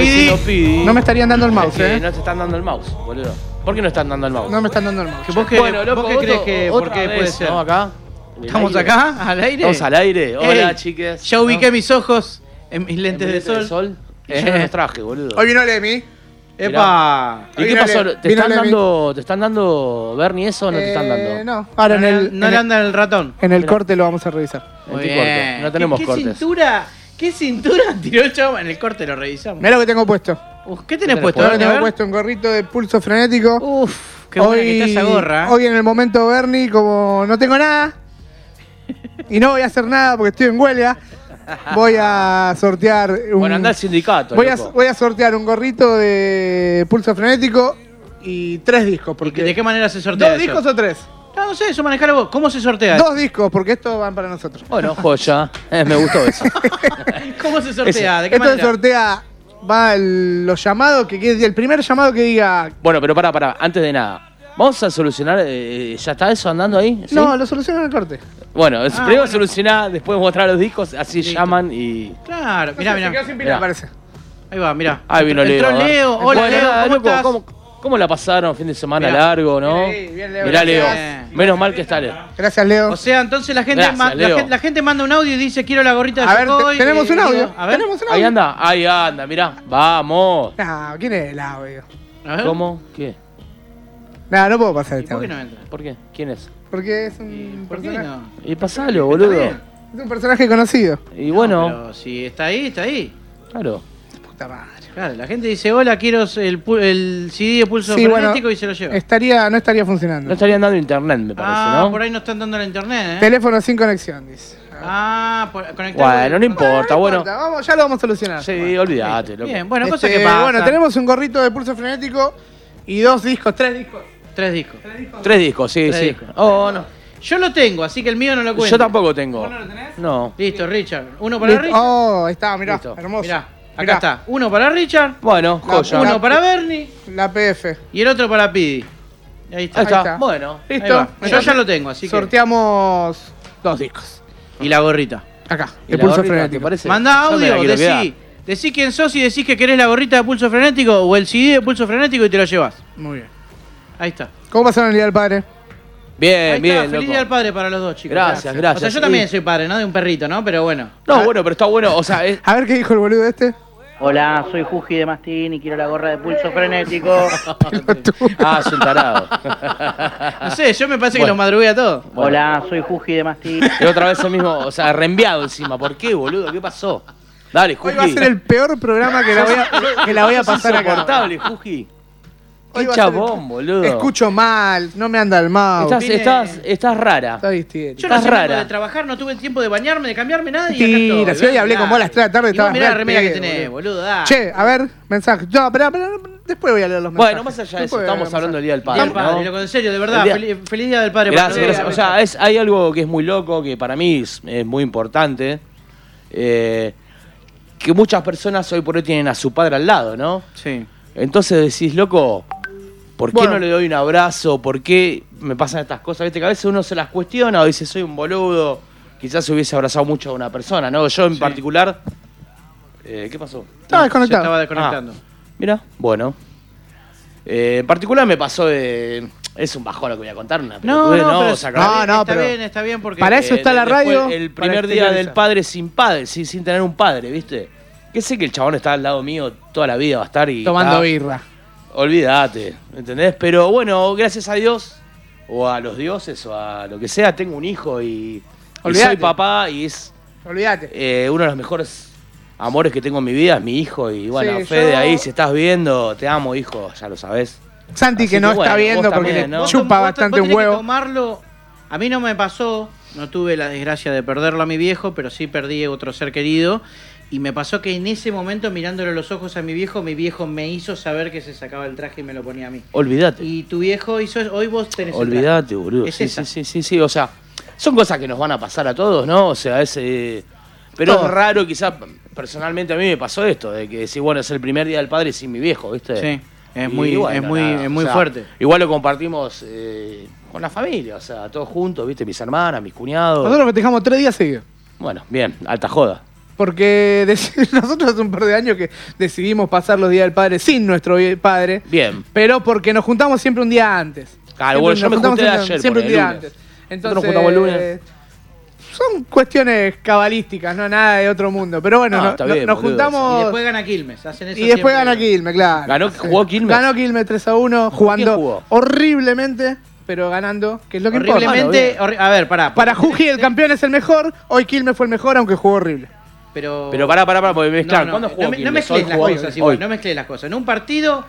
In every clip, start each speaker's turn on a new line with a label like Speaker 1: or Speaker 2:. Speaker 1: Speedy.
Speaker 2: No me estarían dando el mouse,
Speaker 1: Es que
Speaker 2: ¿eh?
Speaker 1: No te están dando el mouse, boludo. ¿Por qué no están dando el mouse?
Speaker 2: No me están dando el mouse.
Speaker 3: Que vos que-
Speaker 1: bueno, loco,
Speaker 3: ¿vos qué
Speaker 1: otro-
Speaker 3: crees que
Speaker 1: otra
Speaker 3: por qué
Speaker 1: vez,
Speaker 3: puede ser?
Speaker 1: ¿no? Acá. en el
Speaker 3: ¿Estamos
Speaker 1: aire.
Speaker 3: acá? ¿Al aire?
Speaker 1: Estamos al aire. Hola,
Speaker 3: Ey,
Speaker 1: chiques.
Speaker 3: Ya ubiqué
Speaker 1: ¿No?
Speaker 3: mis ojos en mis lentes,
Speaker 1: ¿En
Speaker 3: de sol. Eh.
Speaker 1: lentes Y Yo no los traje, boludo.
Speaker 2: Hoy vino Lemmy.
Speaker 3: ¡Epa!
Speaker 1: ¿Y qué
Speaker 2: Vino
Speaker 1: pasó?
Speaker 2: Le-
Speaker 1: ¿Te
Speaker 2: vino
Speaker 1: están,
Speaker 2: Levi.
Speaker 1: dando, ¿Te están dando Bernie eso o no te están dando?
Speaker 2: Eh, No, ahora en
Speaker 3: No le-
Speaker 2: el,
Speaker 3: no
Speaker 2: en
Speaker 3: le
Speaker 2: el-
Speaker 3: anda el ratón.
Speaker 2: en el corte lo vamos a revisar.
Speaker 1: En tu corte. No tenemos
Speaker 3: ¿Qué, qué
Speaker 1: cortes.
Speaker 3: cintura? ¿Qué cintura tiró el chavo? En el corte lo revisamos.
Speaker 2: Mirá lo que tengo puesto.
Speaker 3: Uf, ¿Qué tenés
Speaker 1: ¿Qué tenés
Speaker 3: puesto?
Speaker 1: puesto?
Speaker 3: A
Speaker 2: Ahora
Speaker 3: ver, a
Speaker 2: tengo
Speaker 3: ver.
Speaker 2: puesto un gorrito de pulso frenético.
Speaker 3: Uf, qué buena que está esa gorra. ¿eh?
Speaker 2: Hoy en el momento Bernie, como no tengo nada y no voy a hacer nada porque estoy en huelga, voy a sortear un
Speaker 1: Bueno, anda al sindicato.
Speaker 2: voy a,
Speaker 1: loco.
Speaker 2: voy a sortear un gorrito de pulso frenético y tres discos
Speaker 3: ¿Y
Speaker 2: porque
Speaker 3: ¿De qué manera se sortea
Speaker 2: dos
Speaker 3: eso?
Speaker 2: discos o tres?
Speaker 3: No, no sé, eso manejalo vos. ¿Cómo se sortea?
Speaker 2: Dos discos porque estos van para nosotros.
Speaker 1: Bueno, joya. Eh, me gustó eso.
Speaker 3: ¿Cómo se sortea? ¿De qué
Speaker 2: Esto se
Speaker 3: manera?
Speaker 2: sortea va el- los llamados que quede- el primer llamado que diga
Speaker 1: bueno, pero pará, pará. Antes de nada. Vamos a solucionar. eh, ¿Ya está eso andando ahí? ¿Sí?
Speaker 2: no, lo soluciona en el corte.
Speaker 1: Bueno, es-
Speaker 3: Ah,
Speaker 1: primero
Speaker 3: bueno.
Speaker 1: solucionar, después mostrar los discos, así
Speaker 3: Listo.
Speaker 1: llaman y.
Speaker 3: Claro, mirá,
Speaker 2: Se quedó
Speaker 3: mirá.
Speaker 2: sin
Speaker 1: Mirá.
Speaker 2: pila, parece.
Speaker 3: Ahí va, mirá.
Speaker 1: Ahí vino Leo.
Speaker 3: Entró
Speaker 1: ¿eh?
Speaker 3: Leo. Hola,
Speaker 1: Bueno,
Speaker 3: Leo,
Speaker 1: nada,
Speaker 3: ¿cómo
Speaker 1: loco,
Speaker 3: estás?
Speaker 1: ¿cómo, cómo la pasaron? Fin de semana
Speaker 3: Mirá.
Speaker 1: largo, ¿no?
Speaker 2: Bien ahí, bien, Leo,
Speaker 1: Mirá, Leo.
Speaker 3: gracias.
Speaker 1: Menos mal que está Leo.
Speaker 2: Gracias, Leo.
Speaker 3: O sea, entonces la gente,
Speaker 1: Gracias,
Speaker 3: ma- la,
Speaker 1: Leo.
Speaker 3: gente, la gente manda un audio y dice quiero la gorrita de
Speaker 2: a ver, te-
Speaker 3: Jocoy,
Speaker 2: tenemos
Speaker 3: eh,
Speaker 2: un audio.
Speaker 3: A ver,
Speaker 2: Tenemos un audio.
Speaker 1: Ahí anda, ahí anda, mirá. Vamos.
Speaker 2: No, ¿quién es el audio?
Speaker 3: a ver.
Speaker 1: ¿Cómo? ¿Qué?
Speaker 2: No, no puedo pasar
Speaker 3: ¿Y
Speaker 2: este
Speaker 3: por qué
Speaker 2: audio.
Speaker 3: no entra?
Speaker 1: ¿Por qué? ¿Quién es?
Speaker 2: Porque es un,
Speaker 3: ¿Y ¿Por qué
Speaker 2: personaje,
Speaker 3: no?
Speaker 1: Y pasalo, boludo.
Speaker 3: bien.
Speaker 2: es un personaje conocido.
Speaker 1: Y bueno,
Speaker 3: No, pero si está ahí, está ahí.
Speaker 1: claro.
Speaker 2: Puta madre.
Speaker 3: Claro, la gente dice, hola, quiero el, pu- el CD de pulso
Speaker 2: Sí, bueno, este,
Speaker 3: frenético y se lo lleva.
Speaker 2: Estaría, no estaría funcionando.
Speaker 1: No estarían dando internet, me parece,
Speaker 3: ah,
Speaker 1: ¿no?
Speaker 3: por ahí no están dando la internet, ¿eh?
Speaker 2: Teléfono sin conexión, dice.
Speaker 3: Ah, por, conectado
Speaker 1: Bueno, no importa, bueno.
Speaker 2: importa, vamos, ya lo vamos a solucionar.
Speaker 1: Sí, olvídate, loco.
Speaker 3: Bien, bueno, cosa
Speaker 2: Este,
Speaker 3: que pasa.
Speaker 2: Bueno, tenemos un gorrito de pulso frenético y dos discos, tres discos.
Speaker 3: Tres discos.
Speaker 1: Tres discos, sí,
Speaker 3: Tres
Speaker 1: sí.
Speaker 3: discos.
Speaker 1: Oh, no.
Speaker 3: Yo lo tengo, así que el mío no lo cuento.
Speaker 1: Yo tampoco tengo.
Speaker 3: ¿Vos no lo tenés?
Speaker 1: No.
Speaker 3: Listo, Richard. Uno para
Speaker 2: Listo.
Speaker 3: Richard.
Speaker 2: Oh, ahí está, mirá,
Speaker 1: Listo.
Speaker 2: hermoso.
Speaker 3: Mirá, acá
Speaker 2: Mirá,
Speaker 3: está. Uno para Richard,
Speaker 1: Bueno,
Speaker 2: La-
Speaker 1: joya.
Speaker 2: una-
Speaker 3: uno para Bernie
Speaker 2: La PF.
Speaker 3: y el otro para Pidi. Ahí está.
Speaker 1: Ahí está.
Speaker 2: está.
Speaker 1: Bueno.
Speaker 3: Ahí
Speaker 2: Listo.
Speaker 3: va. Yo ya lo tengo, así que.
Speaker 2: Sorteamos dos discos.
Speaker 3: Y la gorrita.
Speaker 2: Acá,
Speaker 1: ¿Y
Speaker 2: de
Speaker 1: la
Speaker 2: pulso
Speaker 1: gorrita, te
Speaker 2: frenético.
Speaker 1: parece?
Speaker 3: Manda
Speaker 1: Yo me la
Speaker 3: audio,
Speaker 1: quiero quedar.
Speaker 3: decí, decí quién sos y decís que querés la gorrita de pulso frenético o el CD de pulso frenético y te lo llevas.
Speaker 2: Muy bien.
Speaker 3: Ahí está.
Speaker 2: ¿Cómo pasaron el día del padre?
Speaker 3: Ahí
Speaker 1: Eh, Bien,
Speaker 3: está.
Speaker 1: bien,
Speaker 3: Feliz
Speaker 1: loco.
Speaker 3: día al padre para los dos, chicos.
Speaker 1: Gracias, gracias.
Speaker 3: O sea, yo también
Speaker 1: Sí.
Speaker 3: soy padre, ¿no? De un perrito, ¿no? Pero bueno.
Speaker 1: No, bueno, pero está bueno. O sea, es,
Speaker 2: A ver qué dijo el boludo este.
Speaker 4: Hola, soy Juji de Mastín y quiero la gorra de pulso frenético.
Speaker 1: ah, es un tarado.
Speaker 3: No sé, yo me parece que
Speaker 1: Bueno.
Speaker 3: los madrugué a todos.
Speaker 4: Hola, soy Juji de Mastín.
Speaker 1: Y otra vez el mismo, o sea, reenviado encima. ¿Por qué, boludo? ¿Qué pasó? Dale, Juki.
Speaker 2: Hoy va a ser el peor programa que la voy a, que la voy a pasar acá.
Speaker 1: insoportable, Juki.
Speaker 2: Hoy
Speaker 1: Qué
Speaker 2: va a ser el-
Speaker 1: chabón, boludo.
Speaker 2: Escucho mal, no me anda el mouse.
Speaker 1: Estás,
Speaker 3: Vine-
Speaker 1: estás, estás rara.
Speaker 2: Está histérico.
Speaker 3: Yo no
Speaker 1: Estás
Speaker 3: sé
Speaker 1: rara.
Speaker 3: cuándo de trabajar, no tuve tiempo de bañarme, de cambiarme, nada y acá
Speaker 2: Mentira,
Speaker 3: estoy.
Speaker 2: si hoy hablé con vos a las tres de la tarde,
Speaker 3: Y
Speaker 2: estabas
Speaker 3: vos Mirá
Speaker 2: re
Speaker 3: la
Speaker 2: al
Speaker 3: remera que
Speaker 2: pedo,
Speaker 3: tenés, boludo. dale.
Speaker 2: Che, a ver, mensaje. No, espera, espera, después voy a leer los mensajes.
Speaker 1: Bueno, más allá de eso,
Speaker 2: Después voy a
Speaker 1: estamos
Speaker 2: leer los
Speaker 1: hablando del Día del
Speaker 3: Día
Speaker 1: Padre.
Speaker 3: del padre,
Speaker 1: ¿no?
Speaker 3: loco, en serio, de verdad.
Speaker 1: El
Speaker 3: fel-
Speaker 1: día-
Speaker 3: Feliz, día del padre. para
Speaker 1: Gracias,
Speaker 3: todos.
Speaker 1: gracias. O sea, es, hay algo que es muy loco, que para mí es, es muy importante. eh, que muchas personas hoy por hoy tienen a su padre al lado, ¿no?
Speaker 3: Sí.
Speaker 1: Entonces decís, loco, ¿por qué
Speaker 2: Bueno.
Speaker 1: no le doy un abrazo? ¿Por qué me pasan estas cosas? Viste que a veces uno se las cuestiona o dice, soy un boludo. Quizás hubiese abrazado mucho a una persona, ¿no? Yo en particular. eh, ¿Qué pasó?
Speaker 2: mensajes. Estaba
Speaker 3: Se estaba
Speaker 2: desconectado. Ah.
Speaker 3: desconectando.
Speaker 1: Mira, bueno. Eh, en particular me pasó de. Es un bajón lo que voy a contar, una
Speaker 3: No,
Speaker 1: pelotudez,
Speaker 3: no, pero
Speaker 1: O sea,
Speaker 2: No,
Speaker 3: está,
Speaker 2: no,
Speaker 3: está
Speaker 2: pero-
Speaker 3: bien, está bien porque...
Speaker 2: Para eso
Speaker 1: eh,
Speaker 2: está la
Speaker 1: después,
Speaker 2: radio
Speaker 1: El
Speaker 2: para
Speaker 1: primer día del
Speaker 2: exteriorizar.
Speaker 1: padre sin padre, sin, sin tener un padre, ¿viste? Que sé que el chabón está al lado mío toda la vida, va a estar y.
Speaker 2: Tomando
Speaker 1: está-
Speaker 2: birra.
Speaker 1: Olvídate, ¿entendés? Pero bueno, gracias a Dios, o a los dioses, o a lo que sea, tengo un hijo y, y
Speaker 2: Olvídate.
Speaker 1: soy papá y es
Speaker 2: Olvídate.
Speaker 1: eh, uno de los mejores amores que tengo en mi vida, es mi hijo. Y bueno,
Speaker 2: Sí,
Speaker 1: Fede,
Speaker 2: yo-
Speaker 1: ahí si estás viendo, te amo, hijo, ya lo sabes.
Speaker 2: Santi,
Speaker 1: Así
Speaker 2: que
Speaker 1: que
Speaker 2: no
Speaker 1: bueno,
Speaker 2: está
Speaker 1: vos
Speaker 2: viendo porque
Speaker 1: también,
Speaker 2: le
Speaker 1: ¿no?
Speaker 2: chupa
Speaker 3: Vos- vos
Speaker 2: bastante
Speaker 3: tenés
Speaker 2: un
Speaker 3: que
Speaker 2: huevo.
Speaker 3: tomarlo. A mí no me pasó, no tuve la desgracia de perderlo a mi viejo, pero sí perdí otro ser querido. Y me pasó que en ese momento, mirándole a los ojos a mi viejo, mi viejo me hizo saber que se sacaba el traje y me lo ponía a mí.
Speaker 1: Olvídate,
Speaker 3: Y tu viejo hizo eso. Hoy vos tenés el traje.
Speaker 1: olvídate, boludo.
Speaker 3: Es
Speaker 1: sí,
Speaker 3: esa.
Speaker 1: sí, sí, sí, sí, o sea, son cosas que nos van a pasar a todos, ¿no? O sea, es. eh, pero
Speaker 2: Todos.
Speaker 1: es raro, quizás personalmente a mí me pasó esto, de que decir, bueno, es el primer día del padre sin mi viejo, ¿viste?
Speaker 3: Sí, es
Speaker 1: Y
Speaker 3: muy,
Speaker 1: bueno,
Speaker 3: es muy,
Speaker 1: nada,
Speaker 3: es
Speaker 1: o
Speaker 3: muy
Speaker 1: sea,
Speaker 3: fuerte.
Speaker 1: Igual lo compartimos eh, con la familia, o sea, todos juntos, ¿viste? Mis hermanas, mis cuñados.
Speaker 2: Nosotros festejamos tres días seguidos.
Speaker 1: Bueno, bien, alta joda.
Speaker 2: porque dec- nosotros hace un par de años que decidimos pasar los días del padre sin nuestro vie- padre,
Speaker 1: Bien.
Speaker 2: pero porque nos juntamos siempre un día antes.
Speaker 1: Claro,
Speaker 2: Siempre
Speaker 1: bueno, yo
Speaker 2: nos
Speaker 1: me
Speaker 2: juntamos
Speaker 1: junté
Speaker 2: siempre-
Speaker 1: ayer,
Speaker 2: Siempre un
Speaker 1: ponele,
Speaker 2: día
Speaker 1: lunes.
Speaker 2: antes. Entonces,
Speaker 1: Nosotros nos juntamos el lunes.
Speaker 2: Son cuestiones cabalísticas, no nada de otro mundo. Pero bueno,
Speaker 1: No,
Speaker 2: no-
Speaker 1: está
Speaker 2: no-
Speaker 1: bien,
Speaker 2: nos
Speaker 1: boludo.
Speaker 2: juntamos.
Speaker 3: Y después gana Quilmes. Hacen eso
Speaker 2: Y después
Speaker 3: siempre.
Speaker 2: gana Quilmes, claro.
Speaker 1: ¿Ganó-
Speaker 2: Sí.
Speaker 1: jugó Quilmes?
Speaker 2: Ganó Quilmes 3 a 1, jugando
Speaker 1: jugó?
Speaker 2: horriblemente, pero ganando, que es lo que importa.
Speaker 3: Horriblemente. horri- a ver, pará.
Speaker 2: Para Juji el campeón es el mejor, hoy Quilmes fue el mejor, aunque jugó horrible.
Speaker 3: Pero,
Speaker 1: Pero pará, pará, pará, porque me mezclan.
Speaker 3: No,
Speaker 1: ¿Cuándo
Speaker 3: no,
Speaker 1: jugó
Speaker 3: no me- no
Speaker 1: Quilmes?
Speaker 3: mezcles
Speaker 1: Hoy
Speaker 3: las
Speaker 1: jugó,
Speaker 3: cosas
Speaker 1: hoy.
Speaker 3: igual, no mezcles las cosas. En un partido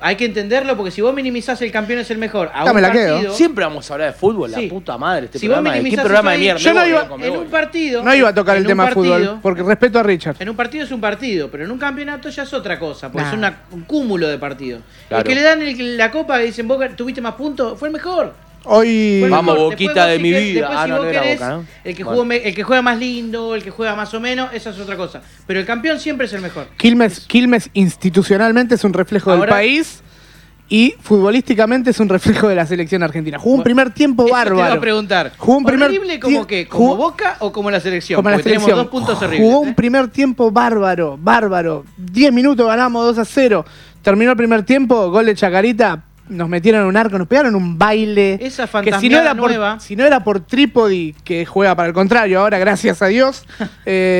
Speaker 3: hay que entenderlo porque si vos minimizás el campeón es el mejor. A
Speaker 2: Ya
Speaker 3: un
Speaker 2: me la quedo.
Speaker 3: partido,
Speaker 1: Siempre vamos a hablar de fútbol,
Speaker 3: Sí.
Speaker 1: la puta madre. Este
Speaker 3: si vos
Speaker 1: programa, de- ¿Qué
Speaker 3: minimizás
Speaker 1: programa de
Speaker 3: eso
Speaker 1: mierda?
Speaker 3: ahí,
Speaker 2: Yo no
Speaker 1: Me
Speaker 2: iba-
Speaker 1: voy, me
Speaker 3: en
Speaker 1: voy.
Speaker 3: un partido.
Speaker 2: No iba a tocar
Speaker 3: en
Speaker 2: el
Speaker 3: un
Speaker 2: tema
Speaker 3: partido-
Speaker 2: fútbol, porque respeto a Richard.
Speaker 3: En un partido es un partido, pero en un campeonato ya es otra cosa, porque
Speaker 2: Nah.
Speaker 3: es una- un cúmulo de partidos.
Speaker 1: Claro.
Speaker 3: El que le dan el- la copa y dicen, vos tuviste más puntos, fue el mejor.
Speaker 2: Hoy.
Speaker 3: Fue el
Speaker 1: Vamos,
Speaker 3: mejor.
Speaker 1: Boquita
Speaker 3: Después vos
Speaker 1: de
Speaker 3: si
Speaker 1: mi
Speaker 3: querés-
Speaker 1: vida.
Speaker 3: después
Speaker 1: Ah,
Speaker 3: si
Speaker 1: no,
Speaker 3: vos
Speaker 1: no era
Speaker 3: querés,
Speaker 1: Boca, ¿no?
Speaker 3: El que,
Speaker 1: Bueno.
Speaker 3: jugó me- el que juega más lindo, el que juega más o menos, esa es otra cosa. Pero el campeón siempre es el mejor.
Speaker 2: Quilmes, Quilmes institucionalmente es un reflejo del
Speaker 3: Ahora-
Speaker 2: país y futbolísticamente es un reflejo de la selección argentina. Jugó un
Speaker 3: Bueno,
Speaker 2: primer tiempo
Speaker 3: Eso Te iba
Speaker 2: bárbaro.
Speaker 3: a preguntar.
Speaker 2: Jugó un primer
Speaker 3: ¿Horrible como
Speaker 2: tie-
Speaker 3: que ¿Como
Speaker 2: jugó-
Speaker 3: Boca o como la selección?
Speaker 2: Como la
Speaker 3: Porque
Speaker 2: selección.
Speaker 3: Tenemos dos puntos horribles.
Speaker 2: Jugó
Speaker 3: ¿eh?
Speaker 2: un primer tiempo bárbaro, bárbaro. 10 minutos ganamos 2 a 0. Terminó el primer tiempo, gol de Chacarita. Nos metieron en un arco, nos pegaron un baile.
Speaker 3: Esa
Speaker 2: que si no,
Speaker 3: fantasmeada
Speaker 2: era por,
Speaker 3: nueva.
Speaker 2: si no era por Trípodi, que juega para el contrario ahora, gracias a Dios,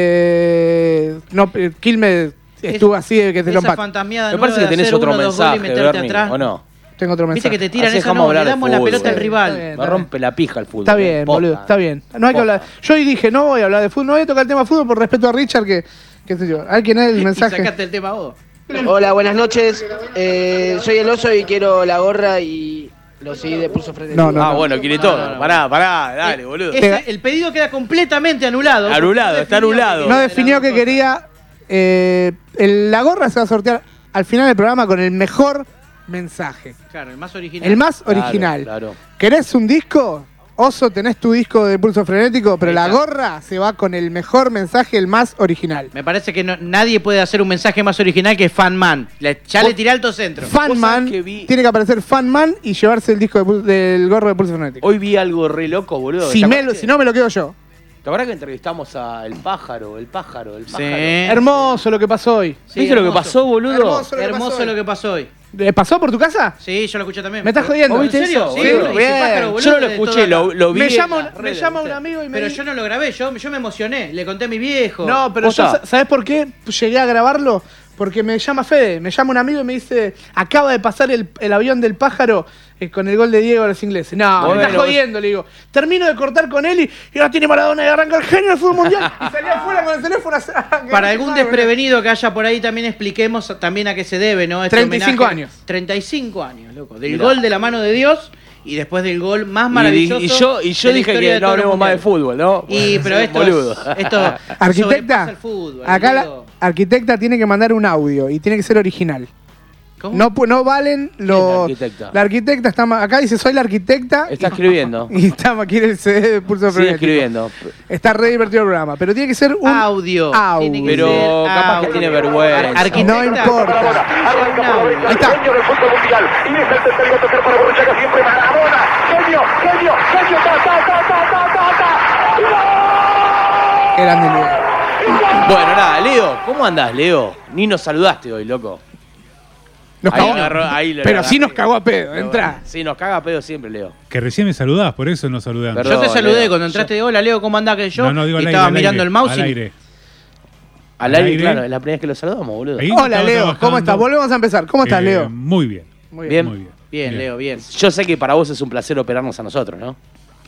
Speaker 2: eh, no, eh, Quilmes estuvo así de que te lo
Speaker 3: Esa
Speaker 2: empate.
Speaker 3: fantasmeada
Speaker 1: Me parece que
Speaker 3: nueva de
Speaker 1: tenés
Speaker 3: hacer
Speaker 1: otro
Speaker 3: uno, dos goles y
Speaker 1: mensaje,
Speaker 3: meterte
Speaker 1: Bernie,
Speaker 3: atrás.
Speaker 1: ¿o no?
Speaker 2: Tengo otro mensaje.
Speaker 3: Viste que te tiran
Speaker 1: Así
Speaker 3: esa,
Speaker 1: dejamos
Speaker 3: no, le
Speaker 1: hablar de
Speaker 3: damos la
Speaker 1: fútbol, eh.
Speaker 3: pelota al
Speaker 1: boludo.
Speaker 3: rival.
Speaker 2: Está bien,
Speaker 1: Me rompe la pija el fútbol.
Speaker 2: Está bien,
Speaker 1: posta.
Speaker 2: boludo, está bien. No hay que
Speaker 1: Posta.
Speaker 2: hablar. Yo hoy dije, no voy a hablar de fútbol, no voy a tocar el tema fútbol por respeto a Richard, que, qué sé yo. ¿Alguien es el
Speaker 3: Y
Speaker 2: mensaje?
Speaker 3: sacaste el tema vos.
Speaker 5: Hola, buenas noches. Eh, soy el oso y quiero la gorra y lo seguí de pulso frente.
Speaker 2: No, no.
Speaker 1: Ah, bueno, quiere
Speaker 3: No, no,
Speaker 1: todo.
Speaker 3: no.
Speaker 1: Pará, pará, dale, boludo.
Speaker 3: Ese- el pedido queda completamente anulado.
Speaker 1: Anulado,
Speaker 3: No
Speaker 1: está
Speaker 3: definió
Speaker 1: anulado.
Speaker 3: que
Speaker 2: No
Speaker 1: Era
Speaker 2: definió que quería. eh, el- la gorra se va a sortear al final del programa con el mejor mensaje.
Speaker 3: Claro, el más original.
Speaker 2: El más
Speaker 1: Claro,
Speaker 2: original.
Speaker 1: claro.
Speaker 2: ¿Querés un disco? Oso, tenés tu disco de pulso frenético, pero la gorra se va con el mejor mensaje, el más original.
Speaker 3: Me parece que no- nadie puede hacer un mensaje más original que Fanman. Le- Ya le tiré alto centro.
Speaker 2: Fanman,
Speaker 1: que vi-
Speaker 2: tiene que aparecer Fanman y llevarse el disco de pul- del gorro de pulso frenético.
Speaker 1: Hoy vi algo re loco, boludo.
Speaker 2: Si,
Speaker 1: ¿Te
Speaker 2: me
Speaker 1: acordás
Speaker 2: lo-
Speaker 1: que-
Speaker 2: si no, me lo quedo yo.
Speaker 1: ¿Te acuerdas que entrevistamos a El Pájaro, El Pájaro, El Pájaro?
Speaker 2: Hermoso lo que pasó hoy.
Speaker 3: Sí,
Speaker 1: ¿Viste lo que
Speaker 3: hermoso.
Speaker 1: pasó, boludo?
Speaker 2: Hermoso. lo que pasó
Speaker 3: Hermoso
Speaker 2: hoy.
Speaker 3: lo que pasó hoy.
Speaker 2: ¿Eh, ¿Pasó por tu casa?
Speaker 3: Sí, yo lo escuché también.
Speaker 2: Me estás jodiendo.
Speaker 3: ¿Vos
Speaker 2: ¿Vos
Speaker 1: viste
Speaker 3: ¿En serio?
Speaker 1: eso,
Speaker 3: Sí,
Speaker 1: boludo?
Speaker 3: y
Speaker 2: Bien.
Speaker 3: pájaro, boludo,
Speaker 1: Yo no lo
Speaker 3: de
Speaker 1: escuché,
Speaker 3: toda
Speaker 1: lo,
Speaker 3: la-
Speaker 1: lo vi.
Speaker 2: me
Speaker 1: en
Speaker 2: llama,
Speaker 1: las
Speaker 2: un- me
Speaker 1: redes,
Speaker 2: llama un
Speaker 1: ¿viste?
Speaker 2: amigo y me
Speaker 3: Pero
Speaker 2: dice-
Speaker 3: yo no lo grabé, yo, yo me emocioné. Le conté a mi viejo.
Speaker 2: No, pero yo,
Speaker 1: Posta.
Speaker 2: sa- ¿sabes por qué llegué a grabarlo? Porque me llama Fede, me llama un amigo y me dice, acaba de pasar el, el avión del pájaro eh, con el gol de Diego a los ingleses. No, me
Speaker 1: Bueno,
Speaker 2: estás
Speaker 1: vos-
Speaker 2: jodiendo, le digo. Termino de cortar con él y, y ahora tiene Maradona y arranca el genio del fútbol mundial. Y salí afuera con el teléfono. a- a-
Speaker 3: Para
Speaker 2: a-
Speaker 3: algún
Speaker 2: a-
Speaker 3: desprevenido que haya por ahí también expliquemos también a qué se debe, ¿no? Este
Speaker 2: 35
Speaker 3: homenaje.
Speaker 2: años.
Speaker 3: 35 años, loco. Del
Speaker 1: Mirá.
Speaker 3: gol de la mano de Dios y después del gol más
Speaker 1: Y-
Speaker 3: maravilloso.
Speaker 1: Y, yo, y yo
Speaker 3: de la
Speaker 1: dije
Speaker 3: historia
Speaker 1: que
Speaker 3: de
Speaker 1: no
Speaker 3: todos los
Speaker 1: hablemos más de
Speaker 3: mundiales.
Speaker 1: fútbol, ¿no?
Speaker 3: Y
Speaker 1: Bueno,
Speaker 3: pero
Speaker 1: sí,
Speaker 3: esto,
Speaker 1: boludo.
Speaker 3: es- esto sobrepasa
Speaker 2: Arquitecta,
Speaker 3: el fútbol,
Speaker 2: acá la
Speaker 3: boludo.
Speaker 2: arquitecta tiene que mandar un audio y tiene que ser original.
Speaker 3: ¿Cómo?
Speaker 2: No, pu- no valen los.
Speaker 1: ¿Quién es la arquitecta?
Speaker 2: La arquitecta está ma- acá dice soy la arquitecta.
Speaker 1: Está
Speaker 2: y-
Speaker 1: escribiendo.
Speaker 2: Y está aquí en el CD de pulso
Speaker 1: Sigue
Speaker 2: frenético.
Speaker 1: escribiendo.
Speaker 2: Está re divertido el programa, pero tiene que ser un
Speaker 3: audio.
Speaker 2: audio.
Speaker 3: Tiene que
Speaker 1: Pero
Speaker 3: ser
Speaker 1: capaz
Speaker 3: audio.
Speaker 1: que tiene vergüenza.
Speaker 3: Ar- arquitecta,
Speaker 2: No importa.
Speaker 3: construya un audio.
Speaker 2: Ahí está.
Speaker 6: genio del fútbol mundial. Y es el tercero a tocar para Borruchaga siempre Maradona. Genio, genio, genio, ta, ta, ta, ta, ta, ta, ta.
Speaker 2: Qué grande Leo.
Speaker 1: Bueno, nada, Leo, ¿cómo andás, Leo? Ni nos saludaste hoy, loco.
Speaker 2: Nos
Speaker 1: Ahí
Speaker 2: cagó.
Speaker 1: lo agarró- ahí lo
Speaker 2: pero
Speaker 1: agarré.
Speaker 2: sí nos cagó a pedo,
Speaker 1: Pero
Speaker 2: entra.
Speaker 1: bueno, Sí, nos caga pedo siempre, Leo.
Speaker 7: Que recién me saludás, por eso no saludé antes.
Speaker 1: Perdón,
Speaker 3: yo te saludé
Speaker 1: Leo.
Speaker 3: cuando entraste de hola, Leo, ¿cómo andás? Que yo
Speaker 7: no, no, digo
Speaker 3: y
Speaker 7: al aire.
Speaker 3: estaba
Speaker 7: al
Speaker 3: mirando
Speaker 7: aire,
Speaker 3: el mouse
Speaker 7: Al
Speaker 3: y-
Speaker 7: aire.
Speaker 1: Al
Speaker 7: Al
Speaker 1: aire,
Speaker 7: aire.
Speaker 1: claro, es la primera vez que lo saludamos, boludo.
Speaker 7: Ahí
Speaker 2: Hola
Speaker 7: estaba
Speaker 2: Leo, ¿cómo
Speaker 7: trabajando.
Speaker 2: estás? Volvemos a empezar. ¿Cómo estás,
Speaker 7: Eh,
Speaker 2: Leo?
Speaker 7: Muy bien.
Speaker 2: Muy
Speaker 1: bien.
Speaker 7: Muy bien.
Speaker 3: Bien, Leo, bien.
Speaker 1: Yo sé que para vos es un placer operarnos a nosotros, ¿no?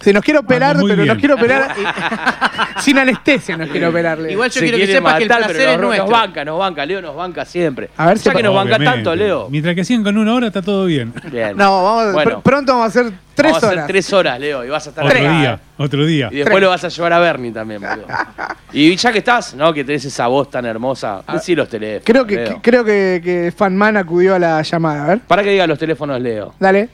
Speaker 2: Si nos
Speaker 1: ah,
Speaker 2: quiero operar,
Speaker 7: muy
Speaker 2: pero nos
Speaker 7: bien.
Speaker 2: quiero operar y- sin anestesia nos quiero operar, Leo.
Speaker 3: Igual yo
Speaker 1: Se
Speaker 3: quiero que
Speaker 1: quiere
Speaker 3: sepas que el
Speaker 1: matar,
Speaker 3: placer
Speaker 1: pero
Speaker 3: es
Speaker 1: nos,
Speaker 3: nuestro.
Speaker 1: Nos banca, nos banca, Leo nos banca siempre.
Speaker 2: A ver si-
Speaker 1: ya que nos banca
Speaker 7: Obviamente.
Speaker 1: tanto, Leo.
Speaker 7: Mientras que sigan con una hora está todo bien.
Speaker 1: Bien.
Speaker 2: No, vamos a-
Speaker 1: Bueno,
Speaker 2: pr- pronto vamos a hacer tres
Speaker 1: vamos a hacer
Speaker 2: horas.
Speaker 1: tres horas, Leo, y vas a estar
Speaker 7: Otro
Speaker 1: acá.
Speaker 7: día, otro día.
Speaker 1: Y después
Speaker 2: Tres.
Speaker 1: lo vas a llevar a Bernie también, boludo. Y ya que estás, ¿no? Que tenés esa voz tan hermosa. Decí los teléfonos.
Speaker 2: Ah. Creo que,
Speaker 1: Leo.
Speaker 2: que- creo que, que Fanman acudió a la llamada, a ver.
Speaker 1: Para que diga los teléfonos, Leo.
Speaker 2: Dale.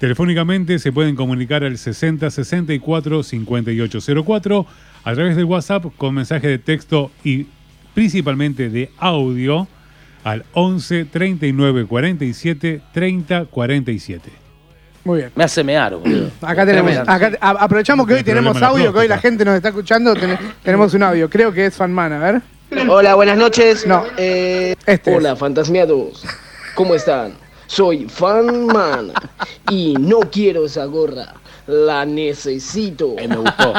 Speaker 7: Telefónicamente se pueden comunicar al 60 64 5804 a través del WhatsApp con mensaje de texto y principalmente de audio al 11 39 47 30 47.
Speaker 2: Muy bien.
Speaker 1: Me hace mear, boludo.
Speaker 2: Acá tenemos,
Speaker 1: Tremendo.
Speaker 2: acá- a- aprovechamos que hoy
Speaker 7: El problema
Speaker 2: tenemos
Speaker 7: de la
Speaker 2: audio, que hoy la
Speaker 7: próstata.
Speaker 2: gente nos está escuchando, ten- tenemos un audio, creo que es Fanman, a ver.
Speaker 5: Hola, buenas noches.
Speaker 2: No.
Speaker 5: Eh,
Speaker 2: Este es.
Speaker 8: Hola, fantasmeados. ¿Cómo están? Soy Fanman y no quiero esa gorra. La necesito.
Speaker 1: Eh, me gustó.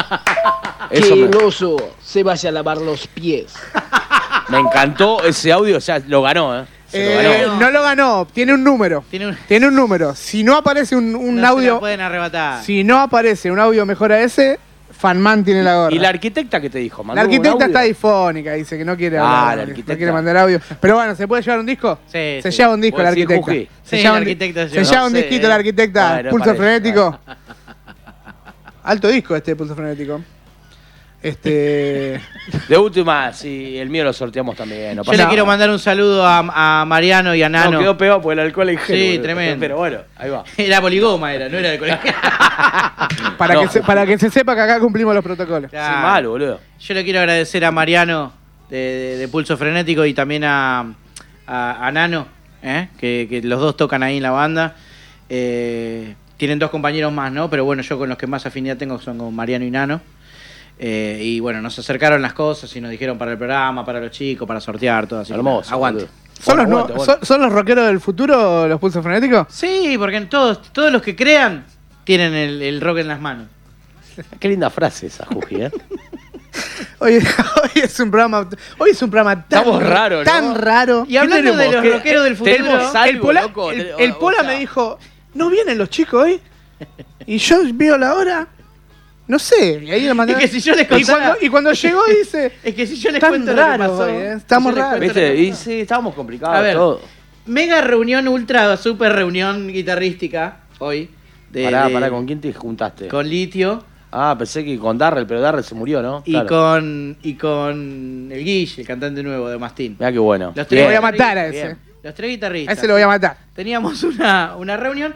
Speaker 8: Que
Speaker 1: Eso me,
Speaker 8: el oso se vaya a lavar los pies.
Speaker 1: me encantó ese audio, o sea, lo ganó, ¿eh? Se
Speaker 2: Eh,
Speaker 1: lo ganó.
Speaker 2: no lo ganó, tiene un número.
Speaker 3: Tiene un-
Speaker 2: Tiene un número. Si no aparece un, un
Speaker 3: No se la
Speaker 2: audio,
Speaker 3: pueden arrebatar.
Speaker 2: si no aparece un audio mejor a ese, Fanman tiene la gorra.
Speaker 1: ¿Y la arquitecta qué te dijo?
Speaker 2: La
Speaker 1: ¿Mandó un
Speaker 2: arquitecta
Speaker 1: audio?
Speaker 2: está difónica, dice que no quiere
Speaker 1: Ah,
Speaker 2: hablar,
Speaker 1: la
Speaker 2: no
Speaker 1: arquitecta.
Speaker 2: quiere mandar audio. Pero bueno, ¿se puede llevar un disco?
Speaker 3: Sí,
Speaker 2: se
Speaker 3: sí.
Speaker 2: lleva un disco
Speaker 1: ¿Vos
Speaker 2: la
Speaker 1: decís,
Speaker 2: arquitecta.
Speaker 1: Jujuy?
Speaker 2: Se,
Speaker 3: Sí,
Speaker 2: lleva
Speaker 3: la
Speaker 2: un, di-
Speaker 3: arquitecta
Speaker 2: se
Speaker 3: yo no
Speaker 2: lleva un
Speaker 1: sé,
Speaker 2: disquito
Speaker 1: eh.
Speaker 2: la arquitecta,
Speaker 1: Bueno,
Speaker 2: pulso
Speaker 1: parece.
Speaker 2: frenético. Alto disco este pulso frenético. Este.
Speaker 1: De última, si el mío lo sorteamos también. No
Speaker 3: Yo
Speaker 1: pasa
Speaker 3: le
Speaker 1: nada.
Speaker 3: quiero mandar un saludo a, a Mariano y a
Speaker 1: No,
Speaker 3: Nano.
Speaker 1: quedó peor por el alcohol en gel.
Speaker 3: Sí,
Speaker 1: boludo.
Speaker 3: tremendo.
Speaker 1: Pero bueno, ahí va.
Speaker 3: Era poligoma, era, no era de colegio.
Speaker 2: Para,
Speaker 1: No.
Speaker 2: que se, para que se sepa que acá cumplimos los protocolos.
Speaker 1: Sin mal, boludo.
Speaker 3: Yo le quiero agradecer a Mariano de, de- de Pulso Frenético y también a, a- a Nano, ¿eh? que, que los dos tocan ahí en la banda. Eh, tienen dos compañeros más, ¿no? Pero bueno, yo con los que más afinidad tengo son con Mariano y Nano. Eh, y bueno, nos acercaron las cosas y nos dijeron para el programa, para los chicos, para sortear, todo así. que
Speaker 1: Hermoso.
Speaker 3: nada, Aguante.
Speaker 1: boludo.
Speaker 2: ¿Son los,
Speaker 1: Aguante,
Speaker 2: nuevos-
Speaker 1: aguante.
Speaker 2: son- son los rockeros del futuro los pulsos frenéticos?
Speaker 3: Sí, porque en todos, todos los que crean tienen el, el rock en las manos.
Speaker 1: Qué linda frase esa, Juji, ¿eh?
Speaker 2: Hoy, hoy es un programa. Hoy es un programa tan,
Speaker 1: Estamos raro, ¿no?
Speaker 2: tan raro.
Speaker 3: Y hablando de los
Speaker 1: ¿Qué-
Speaker 3: rockeros del futuro,
Speaker 1: tenemos algo,
Speaker 2: el pola,
Speaker 1: loco?
Speaker 2: el-
Speaker 1: O-
Speaker 2: el
Speaker 1: o
Speaker 2: pola
Speaker 1: sea,
Speaker 2: me dijo, ¿no vienen los chicos hoy? Y yo veo la hora, no sé. Y ahí le mandé.
Speaker 3: Es que si yo les
Speaker 2: y,
Speaker 3: contara-
Speaker 2: cuando, y cuando llegó dice,
Speaker 3: Es que si yo les
Speaker 2: Tan
Speaker 3: cuento
Speaker 2: raro
Speaker 3: lo que pasó,
Speaker 2: hoy, ¿eh? Estamos
Speaker 3: si yo les
Speaker 2: raros.
Speaker 3: cuento lo
Speaker 1: ¿Viste?
Speaker 3: que
Speaker 1: Y
Speaker 3: pasó.
Speaker 1: sí, estábamos complicados.
Speaker 3: A ver,
Speaker 1: todo.
Speaker 3: mega reunión, ultra, super reunión guitarrística hoy. De,
Speaker 1: pará,
Speaker 3: de-
Speaker 1: pará, ¿con quién te juntaste?
Speaker 3: con Litio
Speaker 1: Ah, pensé que con Darrell, pero Darrell se murió, ¿no?
Speaker 3: y, con, y con el Guille, el cantante nuevo de Mastín.
Speaker 1: Mirá qué bueno.
Speaker 3: Los
Speaker 2: lo
Speaker 3: tres
Speaker 2: voy a
Speaker 1: Bien.
Speaker 2: matar a
Speaker 1: bien.
Speaker 2: ese.
Speaker 3: Los tres
Speaker 2: A
Speaker 3: guitarristas.
Speaker 2: ese lo voy a matar.
Speaker 3: Teníamos una, una reunión,